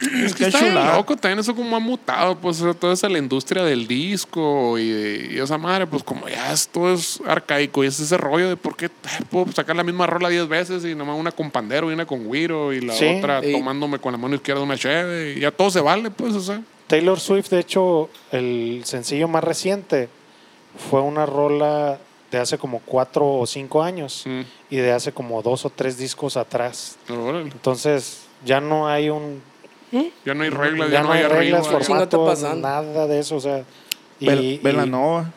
A: Es que
C: Qué
A: está bien
C: chulada.
A: loco también eso como ha mutado, pues o sea, toda esa la industria del disco y, de- y esa madre, pues como ya esto es arcaico y es ese rollo de por qué ay, puedo sacar la misma rola 10 veces y nomás una con pandero y una con güiro y la
D: Sí,
A: otra
B: y-
A: tomándome con la mano izquierda una cheve y ya todo se vale, pues, o sea.
D: Taylor Swift, de hecho, el sencillo más reciente fue una rola de hace como cuatro o cinco años
A: Mm,
D: y de hace como dos o tres discos atrás.
A: pero órale,
D: Entonces, ya no hay un.
A: ya no hay reglas,
D: Ya,
A: ya,
D: no hay reglas,
A: arriba, ya-
B: formal. Chinga, está
D: formatos,
B: pasando.
D: nada de eso. O sea. y- y-
C: Vel- Velanova.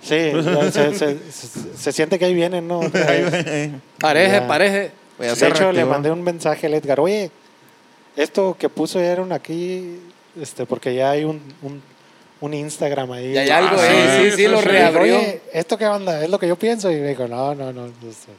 D: Sí, ya se, se- se- se siente que ahí vienen, ¿no? Otra vez.
B: Pareje,
D: Ya.
B: pareje.
C: Ya
D: de
C: se
D: hecho, le
C: reactivó.
D: mandé un mensaje al Edgar, oye, esto que puso ya era un aquí, este, porque ya hay un, un, un Instagram ahí.
B: Y hay
D: Le
B: algo,
A: sí,
B: eh, sí, sí,
A: sí,
B: lo
A: sí.
D: dije,
B: reabrió.
D: Oye, ¿esto qué onda? Es lo que yo pienso. Y me dijo, no, no, no. este,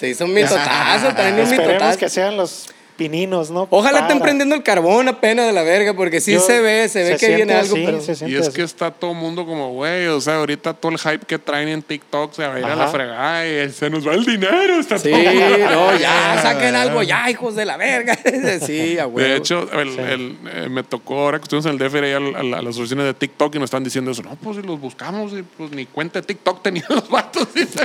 B: Se hizo un mitotazo, también un
D: esperemos
B: mitotazo.
D: que sean los pininos, ¿no?
B: Ojalá
D: te
B: estén prendiendo el carbón apenas de la verga, porque sí
D: Yo-
B: se ve, se ve que
D: siente
B: viene algo,
D: así,
B: pero...
D: se
A: Y
D: siente
A: es
D: así.
A: que está todo el mundo como, güey, o sea, ahorita todo el hype que traen en TikTok se va a ir a la
D: Ajá.
A: fregada y se nos va el dinero. Está
B: Sí,
A: todo-
B: no, ya, saquen algo ya, hijos de la verga. sí, a huevo.
A: De hecho, el- el, eh, me tocó ahora que estuvimos en el DF ir ahí al- a, la- a las oficinas de TikTok y nos están diciendo eso. No, pues si los buscamos, y, pues ni cuenta de TikTok tenían los vatos. dice.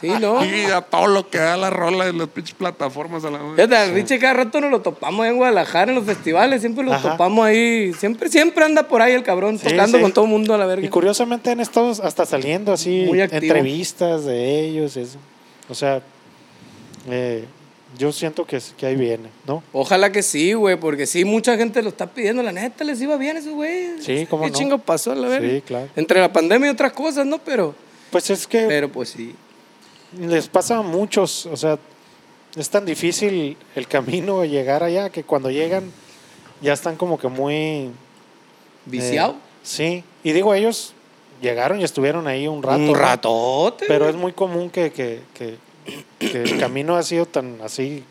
B: Sí, ¿no?
A: Y a todo lo que da la rola de las pinches plataformas. A la...
B: Fíjate, al Richie cada rato nos lo topamos en Guadalajara, en los festivales, siempre lo
D: Ajá.
B: topamos ahí. Siempre, siempre anda por ahí el cabrón
D: Sí,
B: tocando
D: sí.
B: con todo el mundo a la verga.
D: Y curiosamente han estado hasta saliendo así
B: Muy activo.
D: entrevistas de ellos, eso. O sea, eh, yo siento que, que ahí viene, ¿no?
B: Ojalá que sí, güey, porque sí, mucha gente lo está pidiendo. La neta, les iba bien a esos güeyes.
D: Sí, cómo
B: ¿Qué
D: no.
B: chingo pasó, la verga?
D: Sí, claro.
B: Entre la pandemia y otras cosas, ¿no? Pero,
D: Pues es que
B: pero pues sí.
D: les pasa a muchos, o sea, es tan difícil el camino de llegar allá que cuando llegan ya están como que muy... eh,
B: Viciado.
D: sí, y digo ellos, llegaron y estuvieron ahí Eh, un rato.
B: un
D: ¿no?
B: ratote.
D: Pero es muy común que, que, que- que el camino ha sido tan así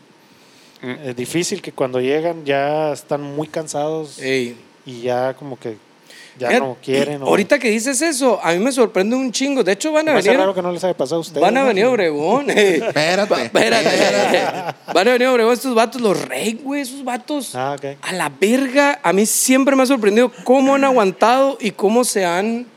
D: eh, difícil que cuando llegan ya están muy cansados
B: Ey.
D: y ya como que ya
B: Eh. Fíjate,
D: no quieren. o-
B: Ahorita que dices eso, a mí me sorprende un chingo. De hecho, van a
D: Me hace
B: venir.
D: raro que no les haya pasado a ustedes.
B: Van a
D: ¿no?
B: venir a Obregón. eh.
C: Espérate.
B: Espérate. Van a venir a Obregón estos vatos, los rey, güey, esos vatos.
D: Ah, ok.
B: A la verga, a mí siempre me ha sorprendido cómo han aguantado y cómo se han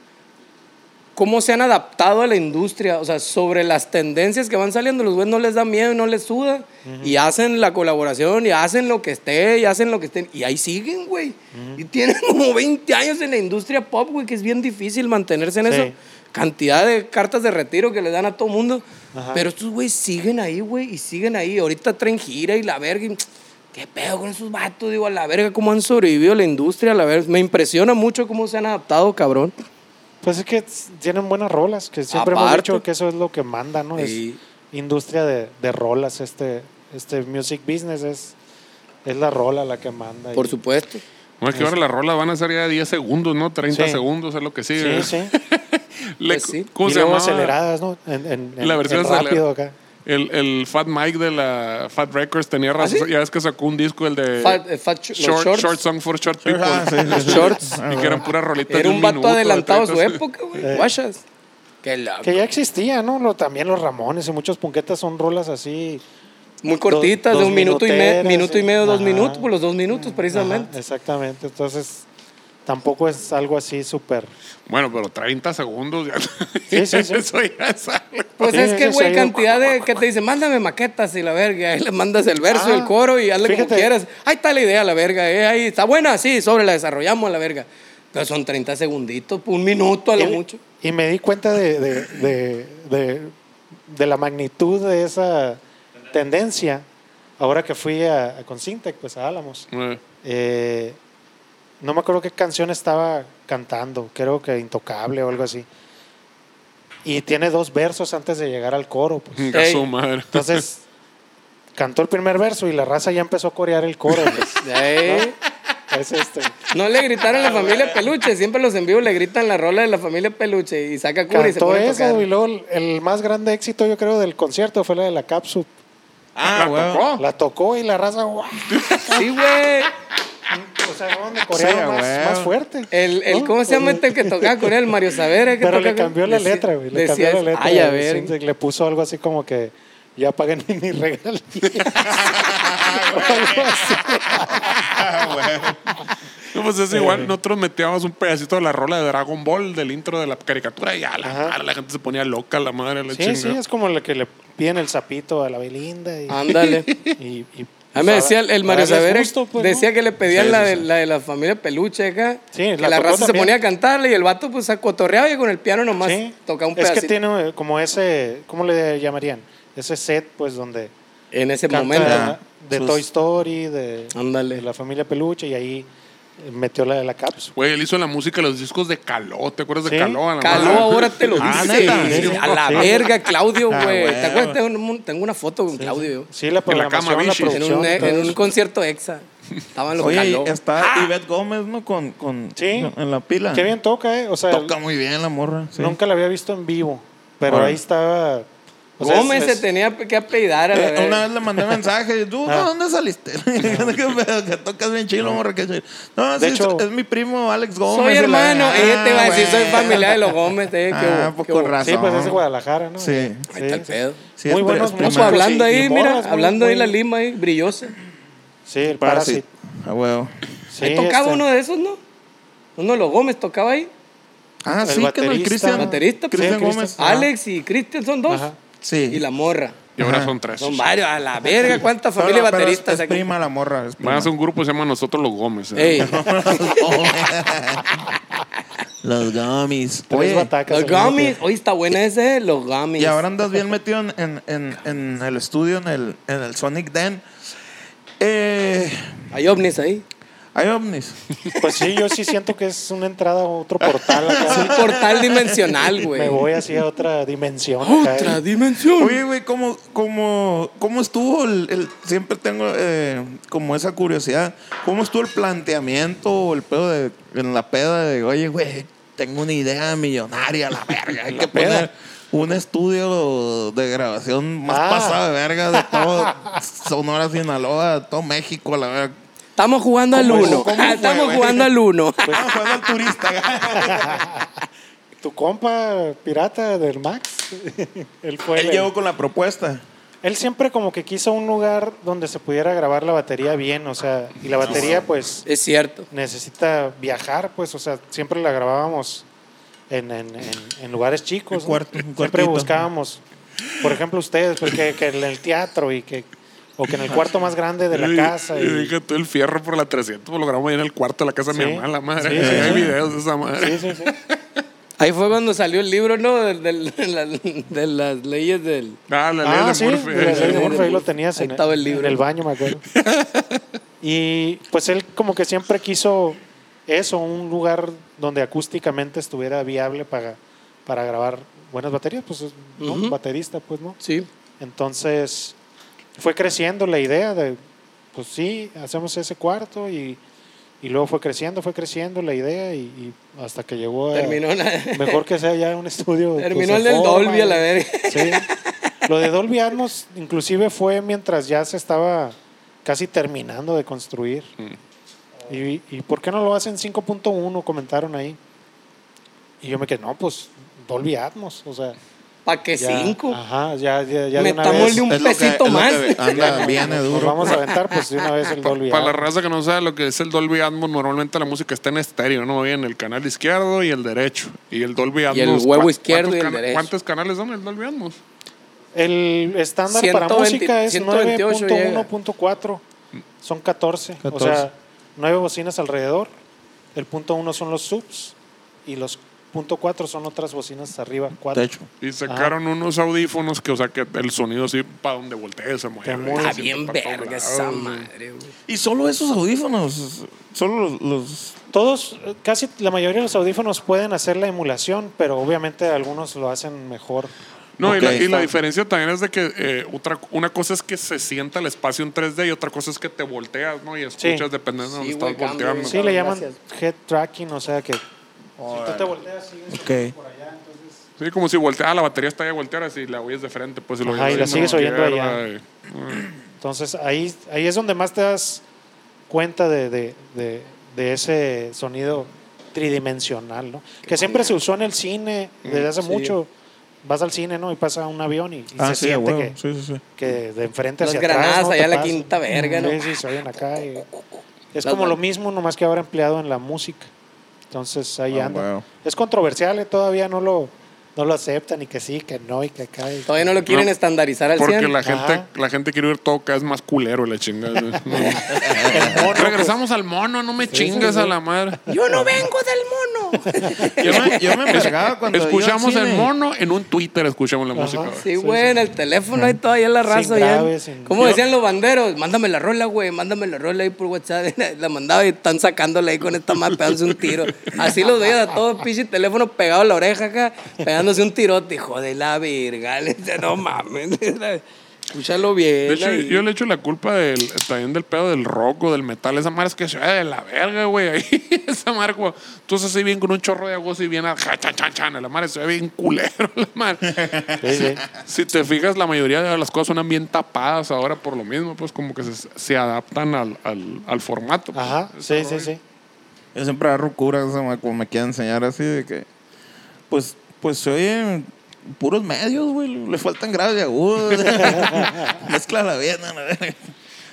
B: cómo se han adaptado a la industria, o sea, sobre las tendencias que van saliendo, los güeyes no les da miedo, y no les suda y hacen la colaboración y hacen lo que esté, y hacen lo que estén y ahí siguen, güey. Y tienen como 20 años en la industria pop, güey, que es bien difícil mantenerse en
D: Sí.
B: eso. Cantidad de cartas de retiro que le dan a todo mundo,
D: Ajá.
B: pero estos güeyes siguen ahí, güey, y siguen ahí. Ahorita traen gira y la verga. y, ¿Qué pedo con esos vatos? Digo, a la verga, cómo han sobrevivido la industria, a la verga. Me impresiona mucho cómo se han adaptado, cabrón.
D: Pues es que t- tienen buenas rolas, que siempre hemos
B: Aparte.
D: dicho que eso es lo que manda, ¿no?
B: Sí.
D: Es industria de, de rolas, este, este music business es, es la rola la que manda.
B: Por
D: y-
B: supuesto.
A: No es que ahora la rola van a ser ya 10 segundos, ¿no? 30
D: Sí.
A: segundos es lo que sigue.
D: Sí, sí.
A: Le-
B: Pues sí.
A: ¿Cómo
D: y
A: se
D: luego
A: llama?
D: aceleradas, ¿no? En, en- en-
A: La versión
D: en
A: acelerada.
D: rápido acá.
A: El, el Fat Mike de la Fat Records tenía razón.
B: ¿Ah, sí?
A: Ya ves que sacó un disco, el de
B: Fat- eh, fat sh- los
A: short,
B: shorts.
A: Short Song for Short People.
C: Ah, sí.
B: Los shorts.
A: Y que eran puras rolitas. de
B: Era un vato
A: minuto, de
B: adelantado a su
A: 30.
B: época, güey.
D: Eh.
B: Guachas. Qué loco.
D: Que ya existía, ¿no? Lo- también los Ramones y muchos punquetas son rolas así.
B: Muy cortitas,
D: Dos-
B: de un
D: dos
B: minuto y, me-
D: minuteras,
B: minuto y
D: sí.
B: medio, dos
D: Ajá.
B: minutos, por los dos minutos
D: Ajá,
B: precisamente.
D: exactamente. Entonces, tampoco es algo así súper.
A: Bueno, pero 30 segundos. Ya.
D: Sí, sí, sí.
A: Eso ya es algo.
B: Pues
D: Sí,
B: es que,
D: sí,
B: güey,
D: sí.
B: cantidad de que te dicen, mándame maquetas y la verga, y ahí le mandas el verso,
D: Ah,
B: el coro y hazle como
D: fíjate.
B: quieras. Ahí está la idea, la verga, eh, ahí está buena, sí, sobre la desarrollamos, la verga. Pero son 30 segunditos, un minuto a lo
D: y,
B: mucho.
D: y me di cuenta de, de, de, de- de la magnitud de esa tendencia ahora que fui a, a- con Sintec, pues a Álamos.
A: Eh,
D: Eh, no me acuerdo qué canción estaba cantando, creo que Intocable o algo así. Y tiene dos versos antes de llegar al coro. Pues.
A: chinga
B: Ey.
A: su madre.
D: Entonces, cantó el primer verso y la raza ya empezó a corear el coro. pues.
B: Eh,
D: Es este.
B: No le gritaron a la familia Peluche, siempre los envíos le gritan la rola de la familia Peluche y saca cura y se
D: Cantó
B: pone a
D: eso
B: tocar.
D: y luego el- el más grande éxito, yo creo, del concierto fue la de la Capsu.
C: Ah,
A: ¿La
C: güey.
B: Oh.
A: tocó?
D: La tocó y la raza, ¡guau!
B: Sí, güey.
D: O sea, donde corearon
C: Sí,
D: más,
C: güey.
D: más fuerte.
B: El, el,
D: ¿No? Pues,
B: ¿Cómo se llama este el que tocaba con él? Mario Savera. que
D: Pero
B: toca
D: le
B: con-
D: cambió la
B: decía-
D: letra, güey. Le
B: decía
D: cambió la
B: eso.
D: letra.
B: Ay, a
D: de
B: ver.
D: Sintec, Le puso algo así como que ya paguen mi regalías. O algo así.
C: Ah,
A: No, pues es igual, nosotros metíamos un pedacito de la rola de Dragon Ball del intro de la caricatura y ya la,
D: Ajá.
A: madre, la gente se ponía loca, la madre, la
D: Sí,
A: chinga.
D: sí, es como la que le piden el sapito a la Belinda. Y,
B: Ándale.
D: y- y-
B: A
D: pues,
B: mí me decía el, el Mario
D: darles
B: Savera,
D: gusto, pues, ¿no?
B: decía que le pedían la, de, la de la familia Peluche acá.
D: Sí,
B: que
D: la
B: la,
D: tocó
B: raza se
D: también.
B: ponía a cantarle y el vato pues se cotorreaba y con el piano nomás
D: Sí.
B: tocaba un
D: es
B: pedacito.
D: que tiene eh, como ese, ¿cómo le llamarían? Ese set, pues, donde
B: En ese
D: canta
B: momento.
D: de
C: Sus-
D: Toy Story, de,
B: Ándale.
D: de la familia Peluche, y ahí eh, metió la de la cápsula.
A: Güey, él hizo la música de los discos de Caló, ¿te acuerdas
D: Sí.
A: de Caló? A la
B: Caló,
A: madre.
B: ahora te lo
C: Ah,
B: dice.
C: neta.
B: Sí, a la
D: Sí.
B: verga, Claudio,
C: Ah,
B: güey. ¿Te
C: güey.
B: acuerdas? Tengo, un- tengo una foto con Claudio. yo.
D: Sí, la programación,
A: cama
D: la,
A: Vichy.
B: Pues En
D: producción.
B: un, e,
D: todo
B: en un
D: eso.
B: concierto exa. Estaban los
C: Oye,
B: Caló.
C: y está Ivette Gómez, ¿no? Con, con,
D: Sí.
C: en la pila.
D: Qué bien toca, ¿eh? O sea,
C: Toca muy bien la morra. sí.
D: nunca la había visto en vivo, pero
C: Órale.
D: ahí estaba... o sea,
B: Gómez
D: es-
B: se
D: es-
B: tenía que apellidar a la
C: Eh,
B: verga.
C: una vez le mandé mensaje, tú, ¿de
D: Ah.
C: dónde saliste? ¿Qué pedo? que tocas bien chilo, morra, qué chido. No,
D: De
C: sí,
D: hecho-
C: es mi primo Alex Gómez.
B: Soy
C: Y la-
B: hermano.
C: Ah,
B: Ella te va a decir, soy
C: güey.
B: familiar de los Gómez. eh, qué
C: Ah,
B: bo-
C: pues,
B: qué
C: con
B: bo-
C: razón.
D: Sí, pues es de Guadalajara, ¿no?
C: Sí. Ahí
B: Ahí está el pedo.
C: Sí,
D: muy
C: es- es
D: buenos
B: No,
D: músicos
B: pues
C: primero.
B: hablando
D: y-
B: ahí,
D: y
B: mira,
D: morras, muy-
B: hablando ahí la
D: muy-
B: lima ahí, brillosa.
D: Sí, el
C: Parasit.
D: Parasit.
C: A huevo.
D: Sí,
B: Ahí tocaba
D: este-
B: uno de esos, ¿no? Uno de los Gómez tocaba ahí.
C: Ah,
D: El
C: sí, que no, el
D: baterista.
C: Cristian.
B: Baterista, pues,
C: Cristian
D: sí,
C: Gómez.
D: Cristian.
C: Ah,
B: Alex y Cristian son dos.
D: Ajá.
C: Sí.
B: Y la morra.
A: Y ahora son tres.
B: Son varios, a la verga, cuántas
C: Pero-
B: familias
C: pero es-
B: bateristas
C: Es
B: aquí.
C: prima la morra. es
A: Van a
C: prima.
A: hacer un grupo que se llama Nosotros los Gómez. ¿eh?
B: Ey,
C: Los Gomis.
D: tres
C: Oye,
D: batacas
B: los
D: al mismo
B: gummies.
D: tiempo.
B: Oye, está buena ese, eh, los gummies.
C: y ahora andas bien metido en, en, en, en el estudio, en el, en el Sonic Den. Eh,
B: Hay ovnis ahí.
C: hay ovnis.
D: Pues sí, yo sí siento que es una entrada a otro portal acá.
B: Es un portal dimensional, güey.
D: Me voy así a otra dimensión. acá.
B: Otra dimensión.
C: Oye, güey, ¿cómo, cómo, cómo estuvo el, el- Siempre tengo eh, como esa curiosidad. ¿Cómo estuvo el planteamiento o el pedo de, en la peda de, oye, güey, tengo una idea millonaria, la verga. Hay que poner un estudio de grabación más
D: Ah.
C: pasado de verga de todo Sonora, Sinaloa, todo México, la verga.
B: Estamos jugando al
C: ¿Cómo-
B: uno.
C: cómo fue,
B: Estamos
C: güey?
B: jugando al uno.
C: Estamos jugando al Ah, turista.
D: Tu compa pirata del Max. él fue.
C: Él
D: el-
C: llegó con la propuesta.
D: Él siempre como que quiso un lugar donde se pudiera grabar la batería bien, o sea, y la batería pues
B: Es cierto.
D: necesita viajar, pues, o sea, siempre la grabábamos en, en- en- en lugares chicos.
C: Un cuarto- un
D: siempre
C: cuartito.
D: buscábamos, por ejemplo, ustedes, pues, que, que en el teatro y que, o que en el cuarto más grande de la
A: Y-
D: casa.
A: Y,
D: y-
A: dije tú el fierro por la 300, pues lo grabamos ahí en el cuarto de la casa de
D: Sí.
A: mi mamá, la madre.
D: Sí, sí,
A: Hay
D: sí.
A: videos de esa madre.
D: sí, sí, sí.
B: Ahí fue cuando salió el libro, ¿no? Del- del- De, la- de las leyes del.
A: Ah, la ley
D: Ah,
A: de
D: sí,
A: Murphy.
D: de la ley de
B: Murphy.
D: Murphy, ahí lo tenías
B: Ahí
D: en,
B: estaba el libro.
D: en el baño, me acuerdo. y pues él como que siempre quiso eso, un lugar donde acústicamente estuviera viable para, para grabar buenas baterías, pues ¿no?
B: Ujú.
D: baterista, pues, ¿no?
B: Sí.
D: Entonces fue creciendo la idea de, pues sí, hacemos ese cuarto y, y luego fue creciendo, fue creciendo la idea y, y hasta que llegó a...
B: Terminó, la-
D: Mejor que sea ya un estudio. que
B: terminó
D: se
B: el del
D: Oh. forma,
B: Dolby a la
D: y-
B: verga.
D: Sí. Lo de Dolby Atmos inclusive fue mientras ya se estaba casi terminando de construir.
B: Mm.
D: Y, y por qué no lo hacen 5.1? Comentaron ahí. Y yo me quedé, no, pues Dolby Atmos. O sea,
B: Pa' que
D: ya,
B: cinco.
D: Ajá, ya, ya, ya de una
B: Metámosle
D: vez.
B: Un
C: Es lo que-
B: pesito
C: es lo que
B: más.
C: Anda, viene
D: nos
C: duro.
D: vamos a aventar pues de una vez el Dolby
A: Para la
D: Atmos.
A: raza que no sabe lo que es el Dolby Atmos, normalmente la música está en estéreo, ¿no? Bien, el canal izquierdo y el derecho. Y el Dolby Atmos.
B: el huevo
A: ¿cuán-
B: izquierdo y el
A: cuántos cana-
B: derecho.
A: ¿Cuántos canales son el Dolby Atmos?
D: El estándar para
B: 120,
D: música es
B: 128 llega.
D: 9.1.4. Son 14, O
C: 14.
D: sea, 9 bocinas alrededor. El punto 1 son los subs. Y los punto 4 son otras bocinas arriba. cuatro.
C: Techo.
A: Y sacaron unos audífonos que, o sea, que el sonido así para donde voltee se mueve.
D: Te
A: güey,
D: mueve.
B: Ah,
A: siempre
B: bien
A: pa' todos
B: verga
A: lados,
B: esa
A: pues, güey.
B: madre, güey.
C: Y solo esos audífonos. Solo los. los-
D: Todos, eh, casi la mayoría de los audífonos pueden hacer la emulación, pero obviamente algunos lo hacen mejor.
A: No, y,
C: Ok.
A: la, y la diferencia también es de que eh, otra, una cosa es que se sienta el espacio en 3D y otra cosa es que te volteas, ¿no? Y escuchas dependiendo de
B: Sí,
A: donde
B: güey,
A: estás
B: cambia,
A: volteando.
D: Sí, le llaman
B: Gracias.
D: head tracking, o sea que si tú te volteas, sigues
C: Ok.
D: por allá, entonces
A: Sí, como si volteara, ah, la batería está ahí voltear así, la oyes de frente, pues si lo
D: Ajá,
A: oyes
D: y la
A: de
D: sigues oyendo
A: izquierda,
D: allá.
A: y-
D: Entonces ahí, ahí es donde más te das cuenta de, de- de- de ese sonido tridimensional, ¿no? Que siempre se usó en el cine
C: Mm,
D: desde hace mucho. Vas al cine, ¿no? Y pasa un avión y, y
C: Ah,
D: se
C: sí,
D: siente
C: huevo.
D: que,
C: Sí, sí, sí.
D: que de enfrente
B: Las
D: hacia
B: granadas
D: atrás. ¿no?
B: allá
D: Te
B: en la
D: pasa.
B: quinta verga, ¿no?
D: Sí, sí, se oyen acá. y- Es
B: Las
D: como lo
B: ban-
D: mismo, nomás que ahora empleado en la música. Entonces ahí
C: Ah,
D: anda.
C: huevo.
D: Es controversial, eh, todavía no lo, no lo aceptan y que sí, que no y que acá. y-
B: Todavía no lo quieren
A: No,
B: estandarizar al
A: Porque
B: 100.
A: la gente,
D: Ajá.
A: la gente quiere ver todo cada vez más culero la chingada. Regresamos al mono, no me chingas a la madre.
B: Yo no vengo del mono.
C: Yo me, yo me embargaba cuando. iba al
A: Escuchamos el
C: cine.
A: mono en un Twitter, escuchamos la música. güey.
B: Sí, güey, en el teléfono ahí todavía la
D: Sin
B: raza. ya.
D: graves, sin-
B: ¿Cómo decían los banderos? Mándame la rola, güey, mándame la rola ahí por WhatsApp. La mandaba y están sacándola ahí con esta madre pegándose un tiro. Así los veías a todos, pinche teléfono pegado a la oreja acá, pegándose un tirote. Hijo de la virga, le decía, no mames. Escúchalo bien.
A: De hecho,
B: ahí.
A: yo le echo la culpa del, también del pedo del rock o del metal. Esa madre es que se oye de la verga, güey. Ahí, esa madre, como, tú haces así bien con un chorro de aguas y bien a ja, chan, chan, chan. La madre se ve bien culero, la madre.
D: Sí, sí.
A: Si te fijas, la mayoría de las cosas suenan bien tapadas ahora por lo mismo, pues como que se, se adaptan al, al, al formato. pues.
D: Ajá, sí, sí, sí.
C: Yo siempre agarro cura, o sea, me- como me quieren enseñar así de que. Pues, pues soy en puros medios, güey. Le faltan graves y agudos. Mezcla la bien, a la verga.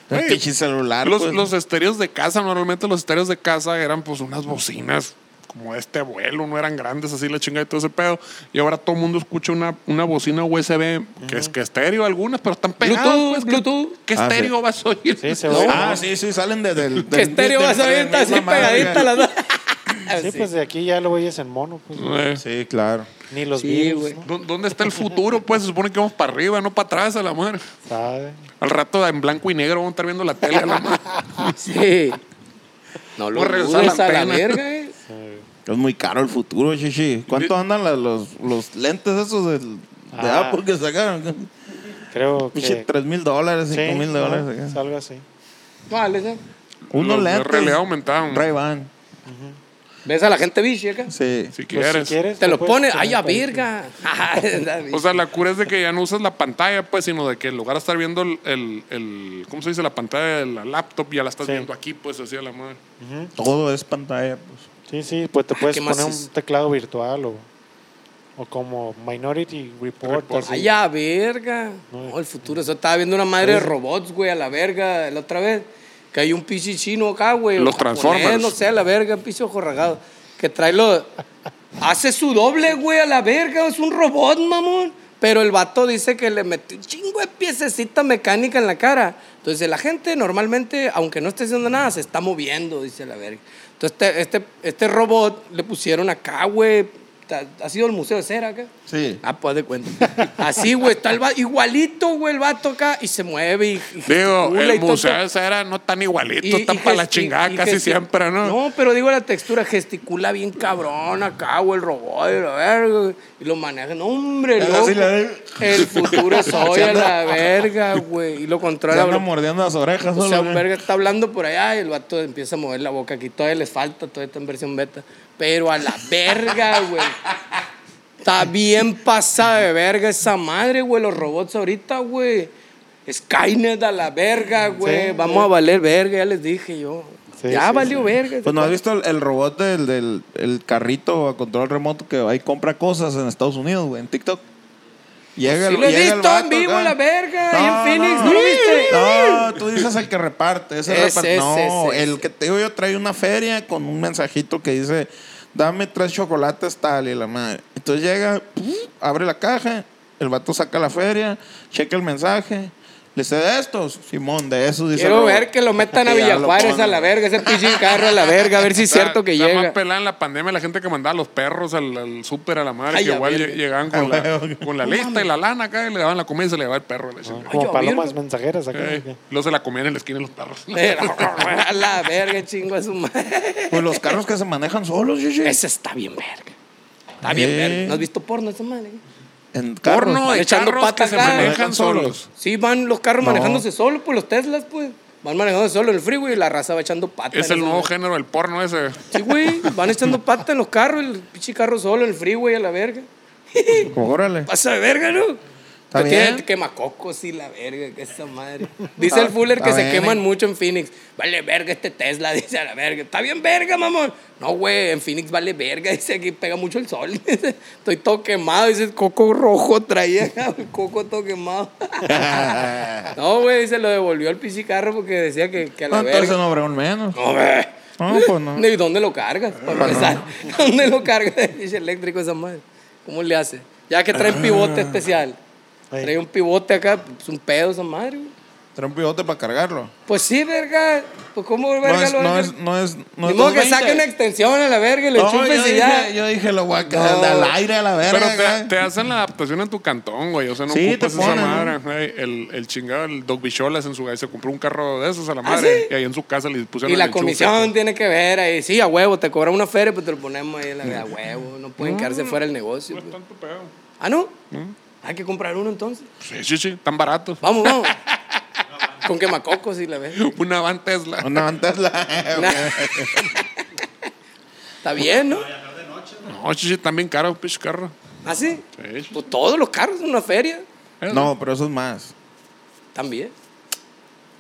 C: Un
A: Güey,
C: pinche celular.
A: Los,
C: pues.
A: los estéreos de casa, normalmente los estéreos de casa eran pues unas bocinas como de este vuelo, no eran grandes, así la chinga y todo ese pedo. Y ahora todo el mundo escucha una, una bocina USB, que es que estéreo algunas, pero están pegadas.
B: Bluetooth,
A: pues, que-
B: Bluetooth.
A: ¿Qué
C: Ah,
A: estéreo vas a oír?
D: Sí, se
A: No,
D: oye.
C: Ah, sí, sí, salen desde el.
B: Que estéreo vas a ver, está así pegadita las dos.
D: Sí, pues de aquí ya lo oyes en mono, pues.
A: eh,
C: Sí, claro.
D: Ni los
B: Sí,
D: Beatles,
B: güey.
D: ¿no?
A: ¿dó- ¿Dónde está el futuro? Pues se supone que vamos para arriba, no para atrás, a la madre.
D: Sabe.
A: Al rato en blanco y negro vamos a estar viendo la tele, a la madre.
B: Sí. No lo
A: Vamos a regresar a
B: dudes
A: la
B: a la
A: antena.
B: verga, eh.
C: Es muy caro el futuro, chichi. ¿Cuánto andan la- los, los lentes esos del- de
D: Ah.
C: Apple que sacaron?
D: Creo que.
C: Pinche 3 mil dólares, 5 mil
D: ajá,
C: dólares.
D: es
C: acá.
D: algo así.
B: Vale, ¿sabes?
C: Unos
A: Los de
C: lentes.
A: realidad aumentada, ¿no?
C: Ray-Ban.
B: ¿Ves a la gente bici acá?
C: Sí.
A: Si
D: Pues,
A: quieres.
D: si quieres,
B: Te lo
D: puedes
B: pones, ay, a
D: poner para-
B: verga.
A: O sea, la cura es de que ya no usas la pantalla, pues, sino de que en lugar de estar viendo el, el, el- ¿cómo se dice? La pantalla de la laptop, ya la estás
D: Sí.
A: viendo aquí, pues, así a la madre.
C: Todo es pantalla, pues.
D: Sí, sí, pues te
B: Ah,
D: puedes
B: ¿qué más
D: poner
B: es?
D: un teclado virtual o, o como Minority Report.
A: Report.
D: así.
B: Ay, a verga. No, el futuro. Yo estaba viendo una madre de robots, güey, a la verga, la otra vez. Que hay un piso chino acá, güey.
A: Los
B: o
A: Transformers.
B: este,
C: Sí.
B: Ah, pues haz de cuenta. Así, güey, está el vato, igualito, güey, el vato acá, y se mueve y. y
A: Digo,
B: gesticula y
A: el
B: todo.
A: museo esa era no tan igualito,
B: Y- y
A: tan para la
B: gesti-
A: chingada
B: y
A: casi
B: gesti-
A: siempre, ¿no?
B: No, pero digo la textura, gesticula bien cabrón acá, güey, el robot, y la verga, güey, y lo maneja. No, hombre,
C: Así
B: loco.
C: la de-
B: El futuro es hoy
C: Se
B: a
C: anda-
B: la verga, güey. Y lo
C: Se
B: controla.
C: anda
B: bro.
C: mordiendo las orejas.
B: O sea,
C: solo, ¿eh?
B: un verga está hablando por allá y el vato empieza a mover la boca. Aquí todavía les falta, todavía está en versión beta. Pero a la verga, güey. Está bien pasada de verga esa madre, güey. Los robots ahorita, güey. Skynet a la verga, güey.
D: Sí,
B: Vamos a valer verga, ya les dije yo.
D: Sí,
B: ya
D: sí,
B: valió verga.
C: Pues no has visto el, el robot del, del- el carrito a control remoto que ahí compra cosas en Estados Unidos, güey, en TikTok. Llega,
B: Sí
C: el-
B: lo he
C: llega el
B: visto
C: vato
B: en vivo,
C: acá.
B: la verga, ahí en Phoenix, ¿no lo viste?
C: No, tú dices el que reparte, ese,
B: Ese,
C: reparte- No,
B: ese, ese,
C: el
B: ese.
C: que te digo yo trae una feria con un mensajito que dice, dame tres chocolates tal y la madre. Entonces llega, ¡pum! abre la caja, el vato saca la feria, checa el mensaje, le dice de estos, Simón, de esos. Dice el
B: Quiero
C: robot.
B: ver que lo metan a
C: Y ya
B: Villa
C: lo
B: Juárez
C: ponen.
B: a la verga, ese pinche carro a la verga, a ver si es
A: Está-
B: cierto que
A: está
B: llega.
A: más pelada en la pandemia la gente que mandaba los perros al, al súper a la madre,
B: Ay,
A: que
B: a
A: igual
B: verga.
A: lleg- llegaban con la, con la lista y la lana acá y le daban la comida y se le daba el perro. a la chingada.
D: Como
B: Ay, a
D: palomas
B: verga.
D: mensajeras acá.
A: Eh, luego se la comían en la esquina de los perros.
B: A la verga, chingo a su madre.
C: Pues los carros que se manejan solos, Gigi.
B: Ese está bien verga. Está bien
C: Eh.
B: verga. ¿No has visto porno esa madre?
C: En carros.
A: Porno de
B: Echando
A: carros que
B: patas
A: se
B: acá.
A: manejan solos.
B: Sí, van los carros
C: No.
B: manejándose solos, pues los Teslas, pues. Van manejándose solos en el freeway y la raza va echando patas.
A: Es el nuevo género del porno ese.
B: Sí, güey. Van echando patas en los carros, el pinche carro solo en el freeway a la verga.
C: Órale.
B: Pasa de verga, ¿no?
C: Está
B: Que
C: bien.
B: tiene el quemacocos y la verga, que esa madre. Dice el Fuller que
C: está
B: se
C: bien,
B: queman
C: eh.
B: mucho en Phoenix. Vale verga este Tesla, dice a la verga. Está bien verga, mamón. No, güey, en Phoenix vale verga, dice aquí pega mucho el sol. Dice, estoy todo quemado, dice, coco rojo traía, el coco todo quemado. no, güey, se lo devolvió al pichicarro porque decía que, que a la
C: No, Ah, entonces
B: verga.
C: no habrá un menos.
B: No, güey.
C: No, pues no. Ah,
B: ¿Y dónde lo cargas? Para empezar, ¿dónde lo cargas el pinche eléctrico esa madre? ¿Cómo le hace? Ya que traen
C: Ah.
B: pivote especial.
D: Ahí.
B: Trae un pivote acá, es un pedo esa madre, güey.
C: Trae un pivote para cargarlo.
B: Pues sí, verga. Pues cómo verga
C: No es,
B: lo
C: no
B: van a-
C: es, no es, no
B: Ni
C: es
B: modo que
C: 220.
B: saque una extensión a la verga y lo
C: No,
B: enchufes
C: yo
B: y
C: dije,
B: ya.
C: Yo dije, lo voy a
B: No.
C: cagar al aire a la verga.
A: Pero te,
C: güey.
A: te hacen la adaptación en tu cantón, güey. O sea, no
C: Sí,
A: ocupas
C: te ponen,
A: esa
C: ¿no?
A: madre. güey. El, el chingado, el Doc Bicholas en su se compró un carro de
C: ¿Ah,
A: esos a la madre. Y ahí en su casa le pusieron
B: Y la
A: el pues. enchufe.
B: comisión tiene que ver ahí. Sí, a huevo, te cobran una feria, pues te lo ponemos ahí a la verga, a huevo. No pueden quedarse fuera del negocio.
A: No es
B: pues.
A: tanto pedo.
B: Ah, ¿no? Hay que comprar uno entonces.
A: Sí, sí, sí. Tan baratos.
B: Vamos, vamos. Con quemacocos y la verga.
A: Una van Tesla.
C: No levantas la.
B: Está bien, ¿no?
A: No, sí, sí, también caro, pinche carro.
B: ¿Ah, sí?
A: Sí, sí.
B: Pues todos los carros en una feria
C: no, pero eso es más.
B: también.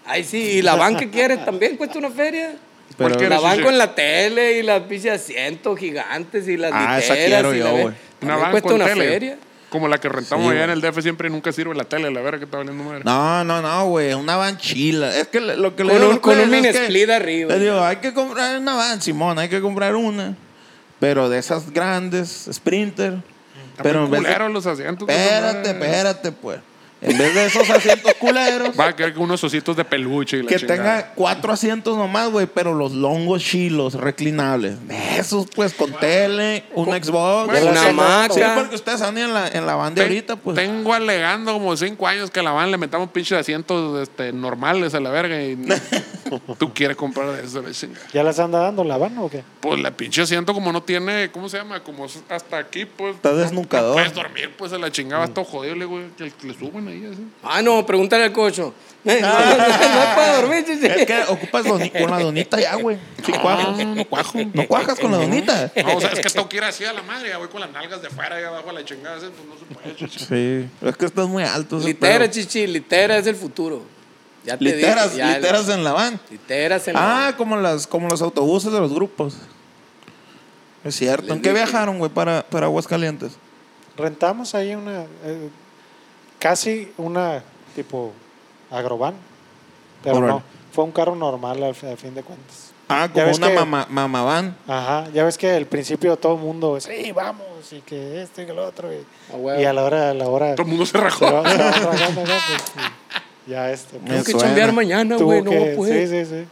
B: Ay, sí, y la van que quieres también cuesta una feria.
C: Pero-
A: ¿Cuál quieres,
B: la van
A: Gigi?
B: con la tele y las pinches asientos gigantes y las
C: Ah, esa
B: literas
C: quiero
B: y
C: yo,
B: la ve-
C: güey.
A: Una
B: También
A: van
B: cuesta
A: con
B: una
A: tele.
B: feria.
A: Como la que rentamos
C: Sí,
A: allá en
C: güey.
A: el DF siempre y nunca sirve la tele, la verga que está valiendo madre.
C: No, no, no, güey. Una van chila. Es que le- lo que le
B: Con
C: digo
B: un-
C: a los
B: con un
C: plebes
B: mini
C: es que-
B: split arriba.
C: Le digo, hay que comprar una van, Simón. Hay que comprar una. Pero de esas grandes, Sprinter. Pero en vez de-
A: culeros los asientos.
C: Espérate, espérate, pues. En vez de esos asientos culeros.
A: Va a quedar con unos ositos de peluche y la
C: Que
A: chingada.
C: tenga cuatro asientos nomás, güey, pero los longos chilos reclinables. De Esos, pues, con tele, un Xbox.
A: Bueno,
C: una
A: una
B: hamaca.
C: Sí, porque ustedes andan en la, en la banda
A: Ten-
C: ahorita, pues.
A: Tengo alegando como cinco años que a la van le metamos pinches asientos este, normales a la verga. Y Tú quieres comprar de eso, la chinga.
D: ¿Ya las anda dando la van o qué?
A: Pues la pinche asiento como no tiene, ¿cómo se llama? Como es hasta aquí, pues.
C: Está
A: no-
C: desnucador.
A: no puedes dormir, pues se la chingaba todo jodido, le, güey, que le suben ahí así.
B: Ah, no, pregúntale al cocho. No, no, es para dormir, Ah, chichi.
C: Ah. Es que ocupas doni- con la donita ya, güey. Sí, cuajas. No, cuajo. No cuajas con la donita.
A: No, o sea, es que tengo que ir así a la madre, ya voy con las nalgas de fuera y abajo a la chingada, así, pues no se puede. chichi.
C: Sí. Es que estás muy alto. ese
B: Litera,
C: pedo.
B: chichi, litera es el futuro. Ya te dije,
C: Literas,
B: ya el-
C: literas en la van.
B: Literas en la-
C: Ah, como las, como los autobuses de los grupos. Es cierto. ¿En qué viajaron, güey, para, para Aguascalientes?
D: Rentamos ahí una, eh, casi una tipo agrovan, pero
C: Órale.
D: no, fue un carro normal al, fi- al fin de cuentas.
C: Ah,
D: Ya
C: como
D: ves
C: una
D: que-
C: mamá, mamá van.
D: Ajá, ya ves que al principio todo el mundo, sí, vamos, y que esto y que lo otro, y,
B: A huevo.
D: y a la hora, a la hora,
A: Todo el mundo se
D: se
A: rajó.
D: va- se va tragando, ¿no? Pues, y ya esto.
C: Me
B: Tengo que
C: suena.
B: chambear mañana,
D: tuvo
B: güey, no
D: que,
B: puedo.
D: sí, sí, sí,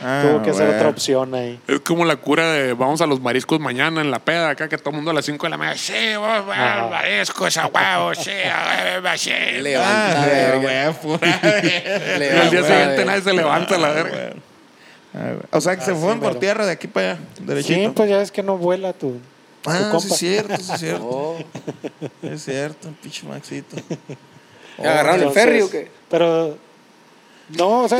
C: Ah,
D: tuvo que hacer otra opción ahí.
A: Es como la cura de vamos a los mariscos mañana en la peda, acá que todo el mundo a las 5 de la mañana, sí, vamos a
D: Ah.
A: los mariscos, a huevo, sí, a huevo, sí. Y
B: Levanta,
C: Ah,
B: verga.
A: al
B: Ah,
A: día
B: Levanta,
A: siguiente
B: verga.
A: nadie se levanta a
C: Ah,
A: la verga.
C: O sea, que
B: Ah,
C: se fueron por
D: pero-
C: tierra de aquí para allá, derechito.
D: Sí, pues ya ves que no vuela tu, tu
C: ah,
D: compa.
C: sí es cierto, sí es cierto.
B: Oh.
C: Es cierto, pinche Maxito. Oh,
B: ¿Te agarraron el
D: Entonces,
B: ferry o qué?
D: Pero. No, o sea.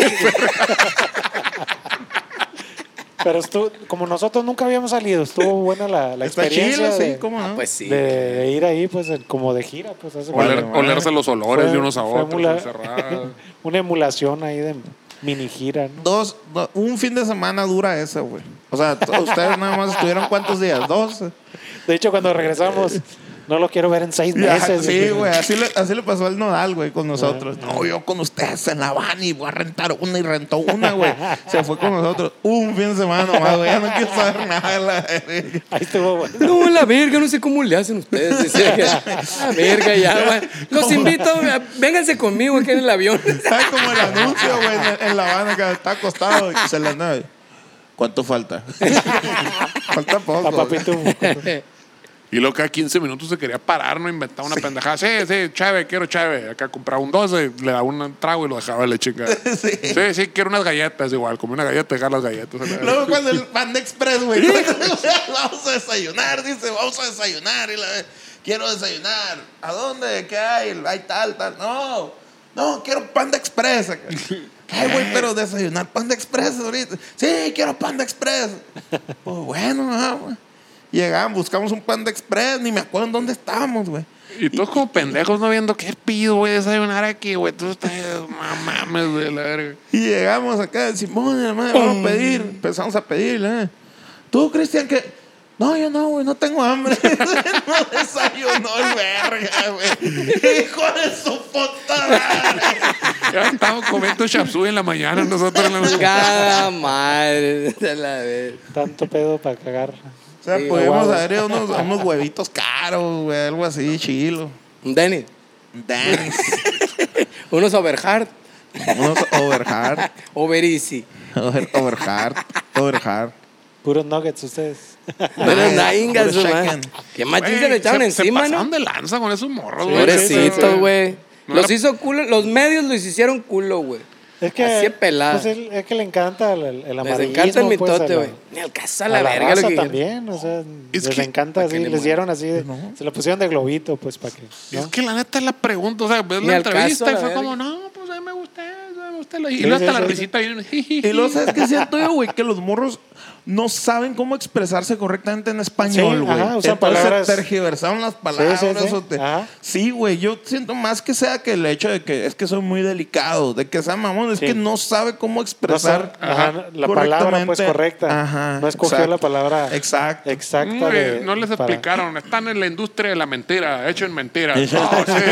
D: pero estuvo, como nosotros nunca habíamos salido, estuvo buena la, la
C: Está chido,
D: experiencia.
C: sí,
D: de,
C: cómo no.
B: Pues sí.
D: de- de ir ahí, pues, en- como de gira, pues. hace
A: Oler-
D: cuenta.
C: madre.
A: olerse los olores
D: Fue-
A: de unos a
D: fue
A: otros,
D: emula-
A: encerradas.
D: una emulación ahí de mini gira, ¿no?
C: Dos, do- un fin de semana dura esa, güey. O sea, t- ustedes nada más estuvieron cuántos días, dos.
D: De hecho, cuando regresamos, no lo quiero ver en seis meses.
C: sí, güey, así le, así le pasó al Nodal, güey, con nosotros. No, yo con ustedes en la van y voy a rentar una y rentó una, güey. Se fue con nosotros un fin de semana nomás, güey. Ya no quiero saber nada de la verga.
D: Ahí estuvo bueno.
B: No, la verga, no sé cómo le hacen ustedes. Decía que, la verga, ya, güey. Los invito, a- vénganse conmigo aquí en el avión.
C: ¿Sabes como el anuncio, güey, en, en la van que está acostado y se la andaba. ¿Cuánto falta? falta
D: A
C: poco.
D: papito.
A: Y luego cada 15 minutos se quería parar, no inventar una pendejada. Sí, sí, chave, quiero chave. Acá compraba un 12, le daba un trago y lo dejaba la chinga. sí. sí, quiero unas galletas igual. Comí una galleta, dejar las galletas. a la verga.
C: Luego cuando el Panda Express, güey, vamos a desayunar, dice, vamos a desayunar. Y la, ve- quiero desayunar. ¿A dónde? ¿Qué hay? Hay tal, tal. No, no, quiero Panda Express. acá. Ay, güey, pero desayunar Panda Express ahorita. Sí, quiero Panda Express. Pues bueno, ah, güey. Llegamos, buscamos un Panda Express, ni me acuerdo en dónde estábamos, güey.
A: Y todos como pendejos no viendo qué pido, güey, desayunar aquí, güey. Tú estás, mames, güey, la verga.
C: Y llegamos acá, Simón, y la madre, vamos a pedir. Empezamos a pedirle. ¿eh? Tú, Cristian, que. No, yo no, güey, no tengo hambre. no desayunó el verga, güey. Hijo de su puta madre.
A: Ya estábamos comiendo chapsú en la mañana nosotros en la noche.
B: Cada madre. de la verga.
D: Tanto pedo para cagar.
C: O sea,
B: Sí,
C: pudimos
D: guau.
C: haber ido a unos, a unos huevitos caros, güey, algo así, chilo.
B: Denny,
C: Dance.
B: unos overhard,
C: unos overhard.
B: over easy.
C: Over, overhard. Overhard.
D: Puros nuggets ustedes.
B: Pero
C: Nice,
B: nada, inga,
C: puro
B: su madre.
C: chicken.
B: Qué machín se le echaron
A: se,
B: encima,
A: se pasaron
B: ¿no?
A: de lanza con esos morros, güey.
B: Pobrecito, güey.
A: No
B: Los
A: la-
B: hizo culo, los medios los hicieron culo, güey.
D: Es que,
B: Así de pelada.
D: pues, él- es que le encanta el, el, el
B: Les
D: amarillismo.
B: encanta el
D: pues, a
B: mitote,
D: la-
B: güey. Ni alcanza
D: A
B: la,
D: la,
B: verga lo
D: raza
B: que también.
D: también, o sea,
A: Es
D: les
A: que-
D: encanta
B: ¿pa'
D: así,
B: qué le
D: les dieron así, de-
C: No.
D: se lo pusieron de globito, pues, para que, ¿no?
A: Es que la neta la pregunta, o sea, ves
B: Ni
A: la
B: al caso,
A: entrevista y
B: la
A: fue
B: verga.
A: como, no, pues a mí me gusta, eso, me gusta. lo-". Y
D: Sí,
A: luego
D: sí,
A: hasta
D: sí,
A: la
D: sí.
A: risita viene.
C: Y luego, ¿sabes qué siento yo, güey? Que los morros no saben cómo expresarse correctamente en español,
D: Sí,
C: güey.
D: ajá, usan
C: Entonces
D: palabras-
C: tergiversaron las palabras.
D: Sí, sí, sí.
C: o te-
D: Ajá.
C: Sí, güey. yo siento más que sea que el hecho de que es que soy muy delicado, de que sea mamón, es
D: Sí.
C: que no sabe cómo
D: No sé,
C: expresar.
D: ajá, la palabra, pues,
C: correctamente.
D: correcta.
C: Ajá,
D: no escogió
C: exacto.
D: la palabra
C: Exacto.
D: exacta.
A: "Hombre,
D: de-
A: no les
D: para-
A: explicaron, están en la industria de la mentira, hecho en mentiras. No, sí,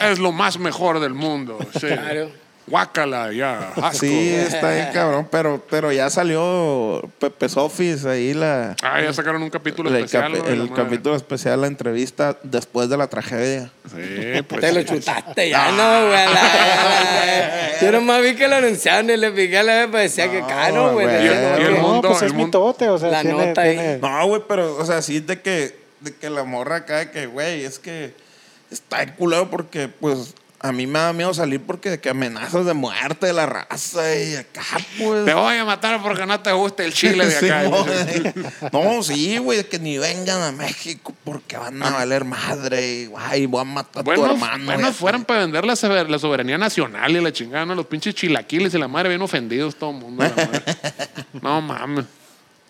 A: es lo más mejor del mundo. Sí.
B: Claro.
A: Guácala, ya. asco.
C: Sí, está bien cabrón, pero, pero ya salió Pepe Sofis ahí la...
A: Ah, ya sacaron un capítulo
C: la- el
A: especial.
C: capi-
A: ¿no? De la
C: el
A: madre.
C: capítulo especial, la entrevista después de la tragedia.
A: Sí, pues.
B: Te lo
A: sí.
B: chutaste ya, no, güey. la- la- la- Yo nomás vi que lo anunciaron y le piqué a la vez para decir que cano, güey.
C: güey.
B: le dije,
A: Y
B: no,
A: el
B: güey.
D: no,
A: mundo,
D: pues
A: el
D: es
A: mundo-
D: mitote, o sea,
B: La
D: tiene,
B: nota ahí.
D: tiene-
C: No, güey, pero, o sea, sí de que, de que la morra acá, de que, güey, es que está en culero porque, pues, A mí me da miedo salir porque de que amenazas de muerte de la raza y acá, pues.
A: Te voy a matar porque no te gusta el chile de acá.
C: Simón. no, sí, güey, que ni vengan a México porque van
A: Ah.
C: a valer madre y güey, voy a matar a tu
A: Bueno,
C: hermano.
A: bueno
C: y-
A: fueran para vender la, sober- la soberanía nacional y la chingada, ¿no? los pinches chilaquiles y la madre bien ofendidos todo el mundo. la madre. no mames.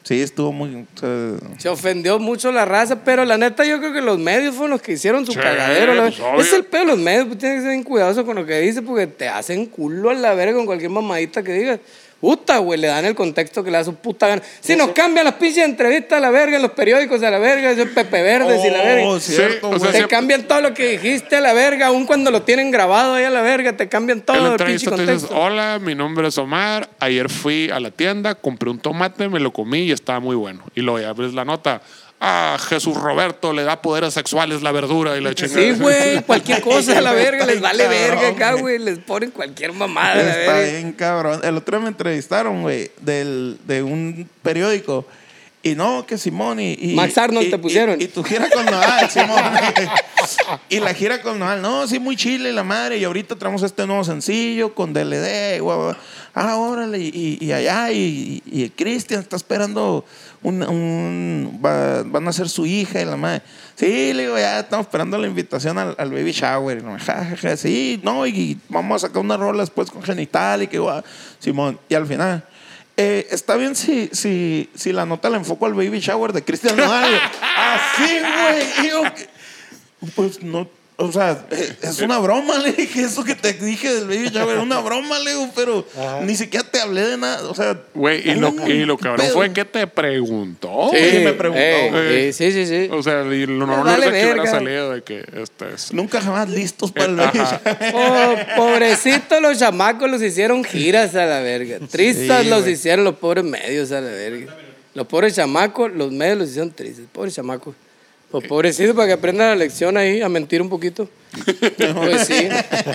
C: Sí, estuvo muy. o sea,
B: Se ofendió mucho la raza, pero la neta yo creo que los medios fueron los que hicieron su
A: Sí,
B: cagadero. la-
A: pues, obvio.
B: es el pedo de los medios, pues tienes que ser bien cuidadoso con lo que dices porque te hacen culo a la verga con cualquier mamadita que digas. Puta, güey, le dan el contexto que le da su puta gana. Si nos cambian las pinches entrevistas a la verga, en los periódicos a la verga, eso es Pepe Verdes y la verga.
C: Oh, cierto,
A: Sí, o sea,
C: güey.
B: Te
A: siempre-
B: cambian todo lo que dijiste a la verga, aun cuando lo tienen grabado ahí a la verga, te cambian
A: En la
B: todo el pinche
A: entrevista tú dices,
B: contexto.
A: hola, mi nombre es Omar, ayer fui a la tienda, compré un tomate, me lo comí y estaba muy bueno. Y luego ya abres la nota, ah, Jesús Roberto le da poderes sexuales la verdura y la chingada.
B: Sí, güey, cualquier cosa a la verga, les vale
C: Está bien,
B: verga acá,
C: cabrón,
B: güey, les ponen cualquier mamada a la
C: Está
B: verga.
C: bien, cabrón. El otro día me entrevistaron, güey, del- de un periódico. Y no, que Simón y... y-
B: Max Arnold
C: y-
B: te
C: y-
B: pusieron.
C: Y, tu gira con Nodal, Simón. y la gira con Nodal. No, sí, muy chile la madre. Y ahorita traemos este nuevo sencillo con DLD. Guau, guau. Ah, órale. Y, y allá. Y, y, y Cristian está esperando un... un- va- van a ser su hija y la madre. Sí, le digo, ya estamos esperando la invitación al, al baby shower. Y no, ja, ja, ja. sí, no, y vamos a sacar una rola después con genital y que guau. Simón. Y al final... Eh, está bien si, si, si la nota la enfoco al baby shower de Cristian Nodal. Así, güey. Y yo, Pues no. O sea, eh, es una broma, le dije. Eso que te dije del baby shower era una broma, le digo, pero
D: Ajá.
C: ni siquiera te hablé de nada. O sea.
A: Güey, y lo,
C: uy,
A: y lo cabrón
C: pedo.
A: fue que te preguntó.
C: Sí, eh,
A: güey.
C: me preguntó, Oh,
B: ey,
A: güey.
B: ey, sí, sí, sí.
A: O sea, y lo normal
B: Pues vale
A: es que hubiera
B: verga.
A: salido de que este es-
C: Nunca jamás listos para el baby
A: Eh, Ajá.
C: shower.
B: Po- Oh, pobrecito, los chamacos los hicieron giras a la verga. Tristes los
C: güey.
B: hicieron los pobres medios a la verga. Los pobres chamacos, los medios los hicieron tristes. Pobres chamacos. Pues pobrecito, para que aprendan la lección ahí, a mentir un poquito. Pues sí.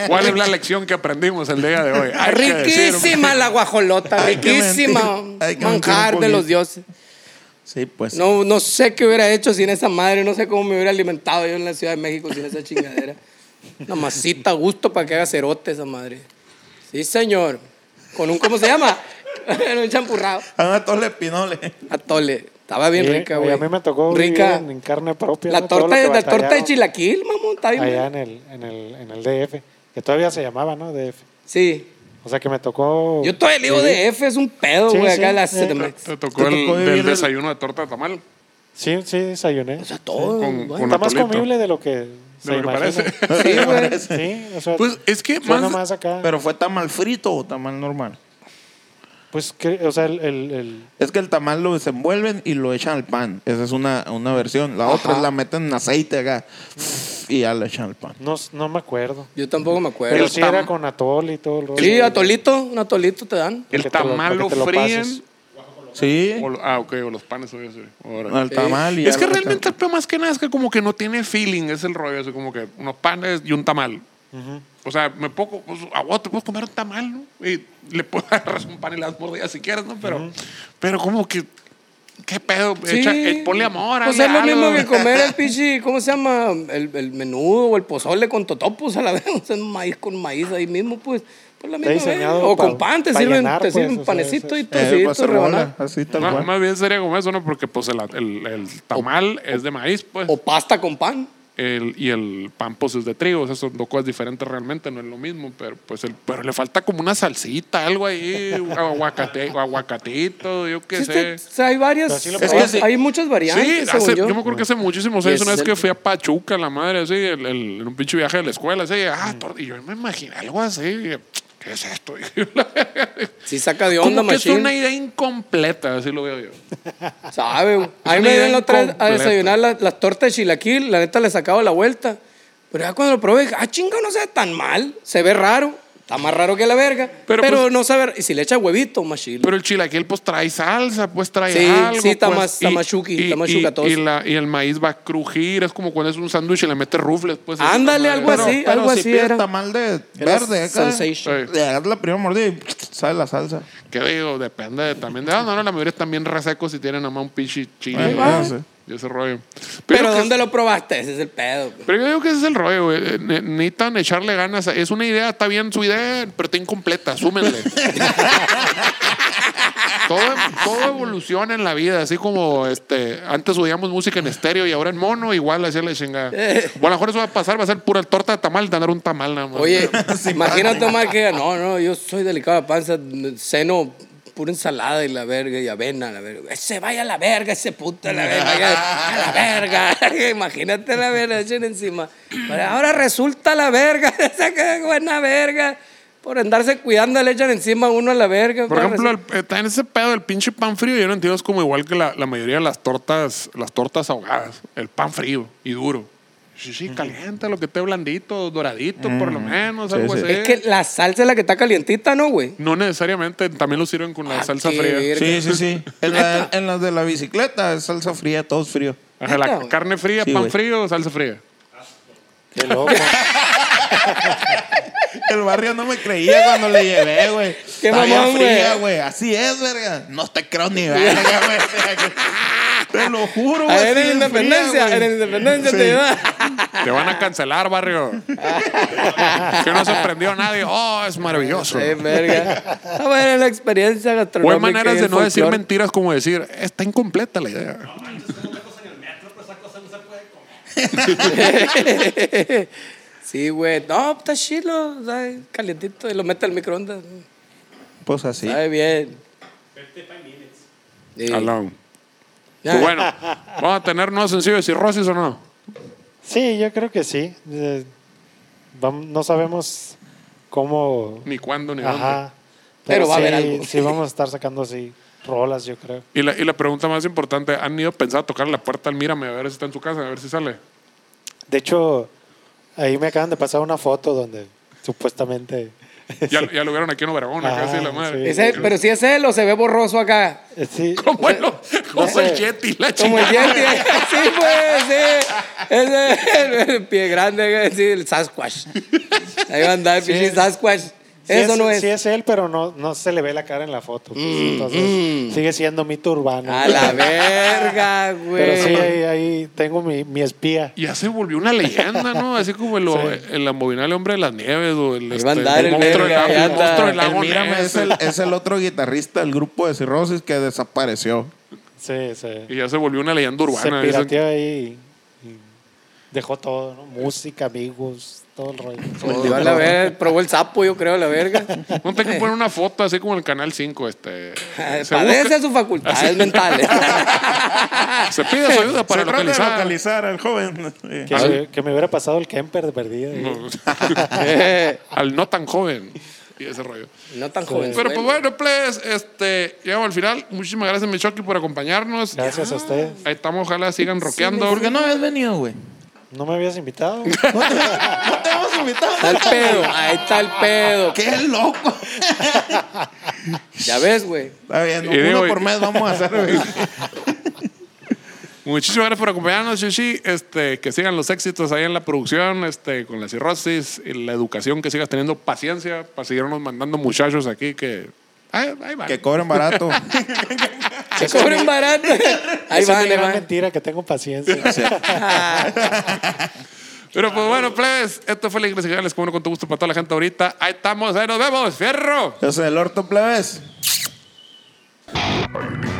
A: ¿Cuál es la lección que aprendimos el día de hoy? Hay que decir-
B: Riquísima la guajolota,
C: Hay que
B: riquísima.
C: mentir, hay que mentir un
B: Manjar de
C: poquito.
B: los dioses.
C: Sí, pues.
B: No, no sé qué hubiera hecho sin esa madre, no sé cómo me hubiera alimentado yo en la Ciudad de México sin esa chingadera. Una masita a gusto para que haga cerote esa madre. Sí, señor. Con un, ¿cómo se llama? Con un champurrado.
C: A todos le pinole.
B: Atole. Estaba bien
D: Y-
B: rica,
D: y
B: güey.
D: A mí me tocó vivir
B: Rica.
D: En, en carne propia.
B: La
D: ¿no? Todo lo
B: torta,
D: que
B: la torta de
D: batallaron
B: chilaquil, mamón. Está bien.
D: Allá en el, en, el, en el DF, que todavía se llamaba, ¿no? DF.
B: Sí.
D: O sea que me tocó.
B: Yo todavía le digo
D: vivir-
B: de F, es un pedo,
D: Sí,
B: güey,
D: sí,
B: acá en la
D: sí.
B: CDMX.
A: Te tocó,
C: Te
A: el,
C: tocó
A: del
C: vivir el-
A: desayuno de torta de tamal.
D: Sí, sí, desayuné.
B: O sea, todo.
A: Con-
B: güey.
A: con
D: Está más
A: atolito.
D: comible de lo que se
A: lo que
D: imagina.
A: parece.
B: Sí, güey.
D: Sí, o sea,
A: Pues es que
D: suena
A: más-
D: acá.
C: Pero fue tamal frito o tamal normal.
D: pues, que, o sea, el, el- el-
C: Es que el tamal lo desenvuelven y lo echan al pan. Esa es una, una versión. La otra es la meten en aceite acá. Y ya lo echan al pan.
D: no, no me acuerdo.
B: Yo tampoco me
D: Pero,
B: acuerdo.
D: sí
A: tam-
D: era con atol y todo el rollo.
B: Sí, atolito, un atolito te dan.
D: Para
A: El
D: que te lo-
A: tamal
D: para que
A: lo
D: te lo
A: fríen.
D: pases.
C: Sí.
A: o lo- ah, ok, o los panes, obvio, sí. Ahora.
C: Al tamal y
A: Es
C: ya
A: que
C: lo echan.
A: realmente el peor más que nada es que como que no tiene feeling, es el rollo, es como que unos panes y un tamal. O sea, me puedo, pues, a vos te puedes comer un tamal, ¿no? Y le puedes agarrar un pan y las mordidas si quieres, ¿no? Pero, pero como que, ¿qué pedo?
B: Sí.
A: Echa- eh, ponle amor,
B: Pues
A: hazle
B: es lo
A: algo.
B: mismo que comer el pichi, ¿cómo se llama? El, el menudo o el pozole con totopos a la vez. O sea, maíz con maíz ahí mismo, pues. Pues la misma vez.
D: diseñado
B: O
D: pa-
B: con pan, te
D: pa
B: sirven,
D: llenar,
B: te
D: pues,
B: sirven
D: o sea,
B: panecito
D: es-
B: y
C: Eh, va a
B: trocito,
C: ser bola,
B: rebanado.
C: así tal
A: No,
C: cual.
A: más bien sería como eso, ¿no? Porque pues el, el- el tamal es de maíz, pues.
B: O pasta con pan.
A: el, y el pan pues es de trigo, o sea, son dos cosas diferentes realmente, no es lo mismo, pero pues el, pero le falta como una salsita, algo ahí, aguacate, aguacatito, yo qué
B: Sí,
A: sé.
B: te- o sea, hay varias.
D: Pero sí lo
B: hay-
C: puedes-
B: Hay muchas
A: Sí,
B: variantes, según
A: hace- yo.
B: yo.
A: me acuerdo que hace muchísimos años,
B: Y
A: una
B: es
A: vez que
B: el-
A: fui a Pachuca, la madre, así, el- el- en un pinche viaje de la escuela, así,
B: Mm.
A: ah, tor- y yo me imaginé algo así, y, ¿qué es esto?
B: Sí, saca de onda,
A: como que es
B: machín.
A: una idea incompleta, así lo veo yo.
B: Sabe, güey. A mí
A: una
B: me
A: idea
B: dieron la otra vez a
A: incompleta.
B: desayunar las, las tortas de chilaquil. La neta le sacaba la vuelta. Pero ya cuando lo probé, dije, ah, chinga, no sabe tan mal. Se ve raro. Está más raro que la verga. Pero,
A: Pero, pues-
B: no sabe. Y si le echa huevito, más chile.
A: Pero el chilaquil pues trae salsa, pues trae
B: Sí,
A: algo.
B: sí, está
A: pues,
B: más-
A: y-
B: está más chuki,
A: y-
B: está más
A: y-
B: chucatoso.
A: Y, la- y el maíz va a crujir, es como cuando es un sándwich y le metes rufles. Pues, así,
B: Ándale,
A: madre.
B: algo
A: Pero-
B: así. algo así
C: pides
B: era.
C: tamal de
B: Era
C: verde acá.
B: sensation.
C: Le das la primera mordida y sale la salsa.
A: ¿Qué digo? Depende de- también de... Ah, no, no, la mayoría están bien resecos y tienen nada más un pinche chile.
C: Ahí
B: va.
C: no sé.
A: Y ese rollo.
B: Pero
A: que-
B: ¿dónde lo probaste? Ese es el pedo. güey.
A: Pero yo digo que ese es el rollo, güey. Eh, ne- Necesitan echarle ganas. Es una idea, está bien su idea, pero está incompleta, súmenle. todo, todo evoluciona en la vida, así como este, antes subíamos música en estéreo y ahora en mono, igual así la chingada. O a lo mejor eso va a pasar, va a ser pura torta de tamal, de andar un tamal nada más.
B: Oye, imagínate Omar que diga, no, no, yo soy delicado de panza, seno pura ensalada y la verga y avena, la verga. Ese vaya a la verga, ese puto, la verga, vaya a la verga. imagínate la verga, echen encima. Pero ahora resulta la verga, esa que buena verga. Por andarse cuidando le echan encima a uno a la verga.
A: Por
B: pa,
A: ejemplo,
B: resulta-
A: el- eh, también ese pedo del pinche pan frío, yo no entiendo, es como igual que la, la mayoría de las tortas, las tortas ahogadas, el pan frío y duro. Sí, sí, caliente, lo que esté blandito, doradito, por lo menos,
C: Mm, Sí,
A: algo
C: sí.
A: así.
B: es que la salsa es la que está calientita, ¿no, güey?
A: No necesariamente, también lo sirven con la
B: Ah,
A: salsa
B: qué
A: fría.
B: verga.
C: Sí, sí, sí. En, la- en las de la bicicleta, es salsa fría, todo es frío.
A: Ajá,
B: Neta,
A: la
B: güey.
A: carne fría,
C: Sí,
A: pan
C: güey.
A: frío, salsa fría.
D: Qué loco.
C: El barrio no me creía cuando le llevé, güey.
B: Qué
C: Está bien
B: mamón,
C: fría,
B: güey.
C: güey. Así es, verga. No te creo ni verga, güey. Te lo juro,
B: A
C: güey.
B: ver,
C: así
B: en
C: de
B: Independencia,
C: fría,
B: en
C: güey.
B: Independencia te
C: Sí.
B: lleva.
A: Te van a cancelar, barrio. que no sorprendió a nadie. Oh, es maravilloso.
B: Sí, verga. Ah, bueno, la experiencia
A: O hay
B: gastronómica. y
A: maneras
B: el
A: de no decir
B: folclore.
A: mentiras como decir, está incompleta la idea.
B: Sí, güey. No, está chilo. o sea, Calientito y lo mete al microondas.
C: Pues así.
B: Sabe bien. Sí.
A: Alone.
B: Ya.
A: Pues bueno, vamos a tener nuevos sencillos cirrosis o no.
D: Sí, yo creo que sí. Eh, vam- no sabemos cómo.
A: Ni cuándo, ni dónde.
D: Ajá.
B: Pero va a
D: sí-
B: haber algo.
D: Sí, vamos a estar sacando así rolas, yo creo.
A: Y la, y la pregunta más importante, ¿han ido pensado a tocar la puerta al Mírame a ver si está en su casa, a ver si sale?
D: De hecho, ahí me acaban de pasar una foto donde supuestamente.
A: Ya, ya lo vieron aquí en Obregón, acá
D: Ah,
A: sí, la madre.
D: sí.
B: Ese- pero si es él o se ve borroso acá.
D: Sí,
A: Como el, como
D: sé.
A: el Yeti, la
B: Como el
A: chingada.
B: diente. Sí, pues, sí. Ese el, el pie grande, güey, sí, el Sasquatch. Ahí va a andar el pinche Sasquatch.
D: sí
B: Eso no es. Mm,
D: Sí, es él, pero no, no se le ve la cara en la foto. pues, entonces, sigue siendo mito urbano.
B: A la verga, güey.
D: Pero sí, ahí, ahí tengo mi, mi espía.
A: Ya se volvió una leyenda, ¿no? Así como el, el abominable hombre de las nieves o el,
B: Ahí va a
A: este,
B: andar
A: el
B: el
A: monstruo del
B: verga,
A: lago,
B: ya
A: el
B: anda.
A: monstruo del
C: El
A: lago
C: Mírame
A: Ness.
C: es el, es el otro guitarrista del grupo de cirrosis que desapareció.
D: Sí, sí.
A: Y ya se volvió una leyenda
D: Se
A: urbana. dicen.
D: pirateó ahí y dejó todo, ¿no? Música, amigos, todo el rollo.
B: Volvió Oh, a la verga, probó el sapo, yo creo, la verga.
A: No tengo que poner una foto así como en el Canal 5. Este, se,
B: Padece
A: busca-
B: sus facultades mentales.
A: se pide su ayuda para
C: Se trata de
A: localizar.
C: localizar al joven. Sí.
D: Que,
A: Ah,
D: se- que me hubiera pasado el Kemper de perdida. ¿eh?
A: al no tan joven y ese rollo.
B: no tan joven.
A: Pero pues bueno, please, este, llegamos al final. Muchísimas gracias, mi Chucky, por acompañarnos.
D: Gracias a ustedes.
A: Ahí estamos, ojalá sigan rockeando.
C: ¿Por qué no habías venido, güey?
D: ¿No me habías invitado?
C: No te hemos invitado.
B: Está el pedo, ahí está el pedo.
C: ¡Qué loco!
B: Ya ves, güey.
C: Está bien,
A: Y digo,
C: uno por mes vamos a hacer, güey.
A: Muchísimas gracias por acompañarnos, Shishi. Este, que sigan los éxitos ahí en la producción, este, con la cirrosis, y la educación, que sigas teniendo paciencia para seguirnos mandando muchachos aquí que. Ahí, ahí van.
C: Que cobren barato.
B: Se cobren barato. Ahí
D: Es una
B: van, ahí
D: gran
B: van.
D: mentira que tengo paciencia.
A: Pero pues bueno, please, esto fue la Iglesia de Gales, como no con tu gusto para toda la gente ahorita. Ahí estamos, ahí nos vemos, fierro.
C: Yo soy el orto plebes.
E: Al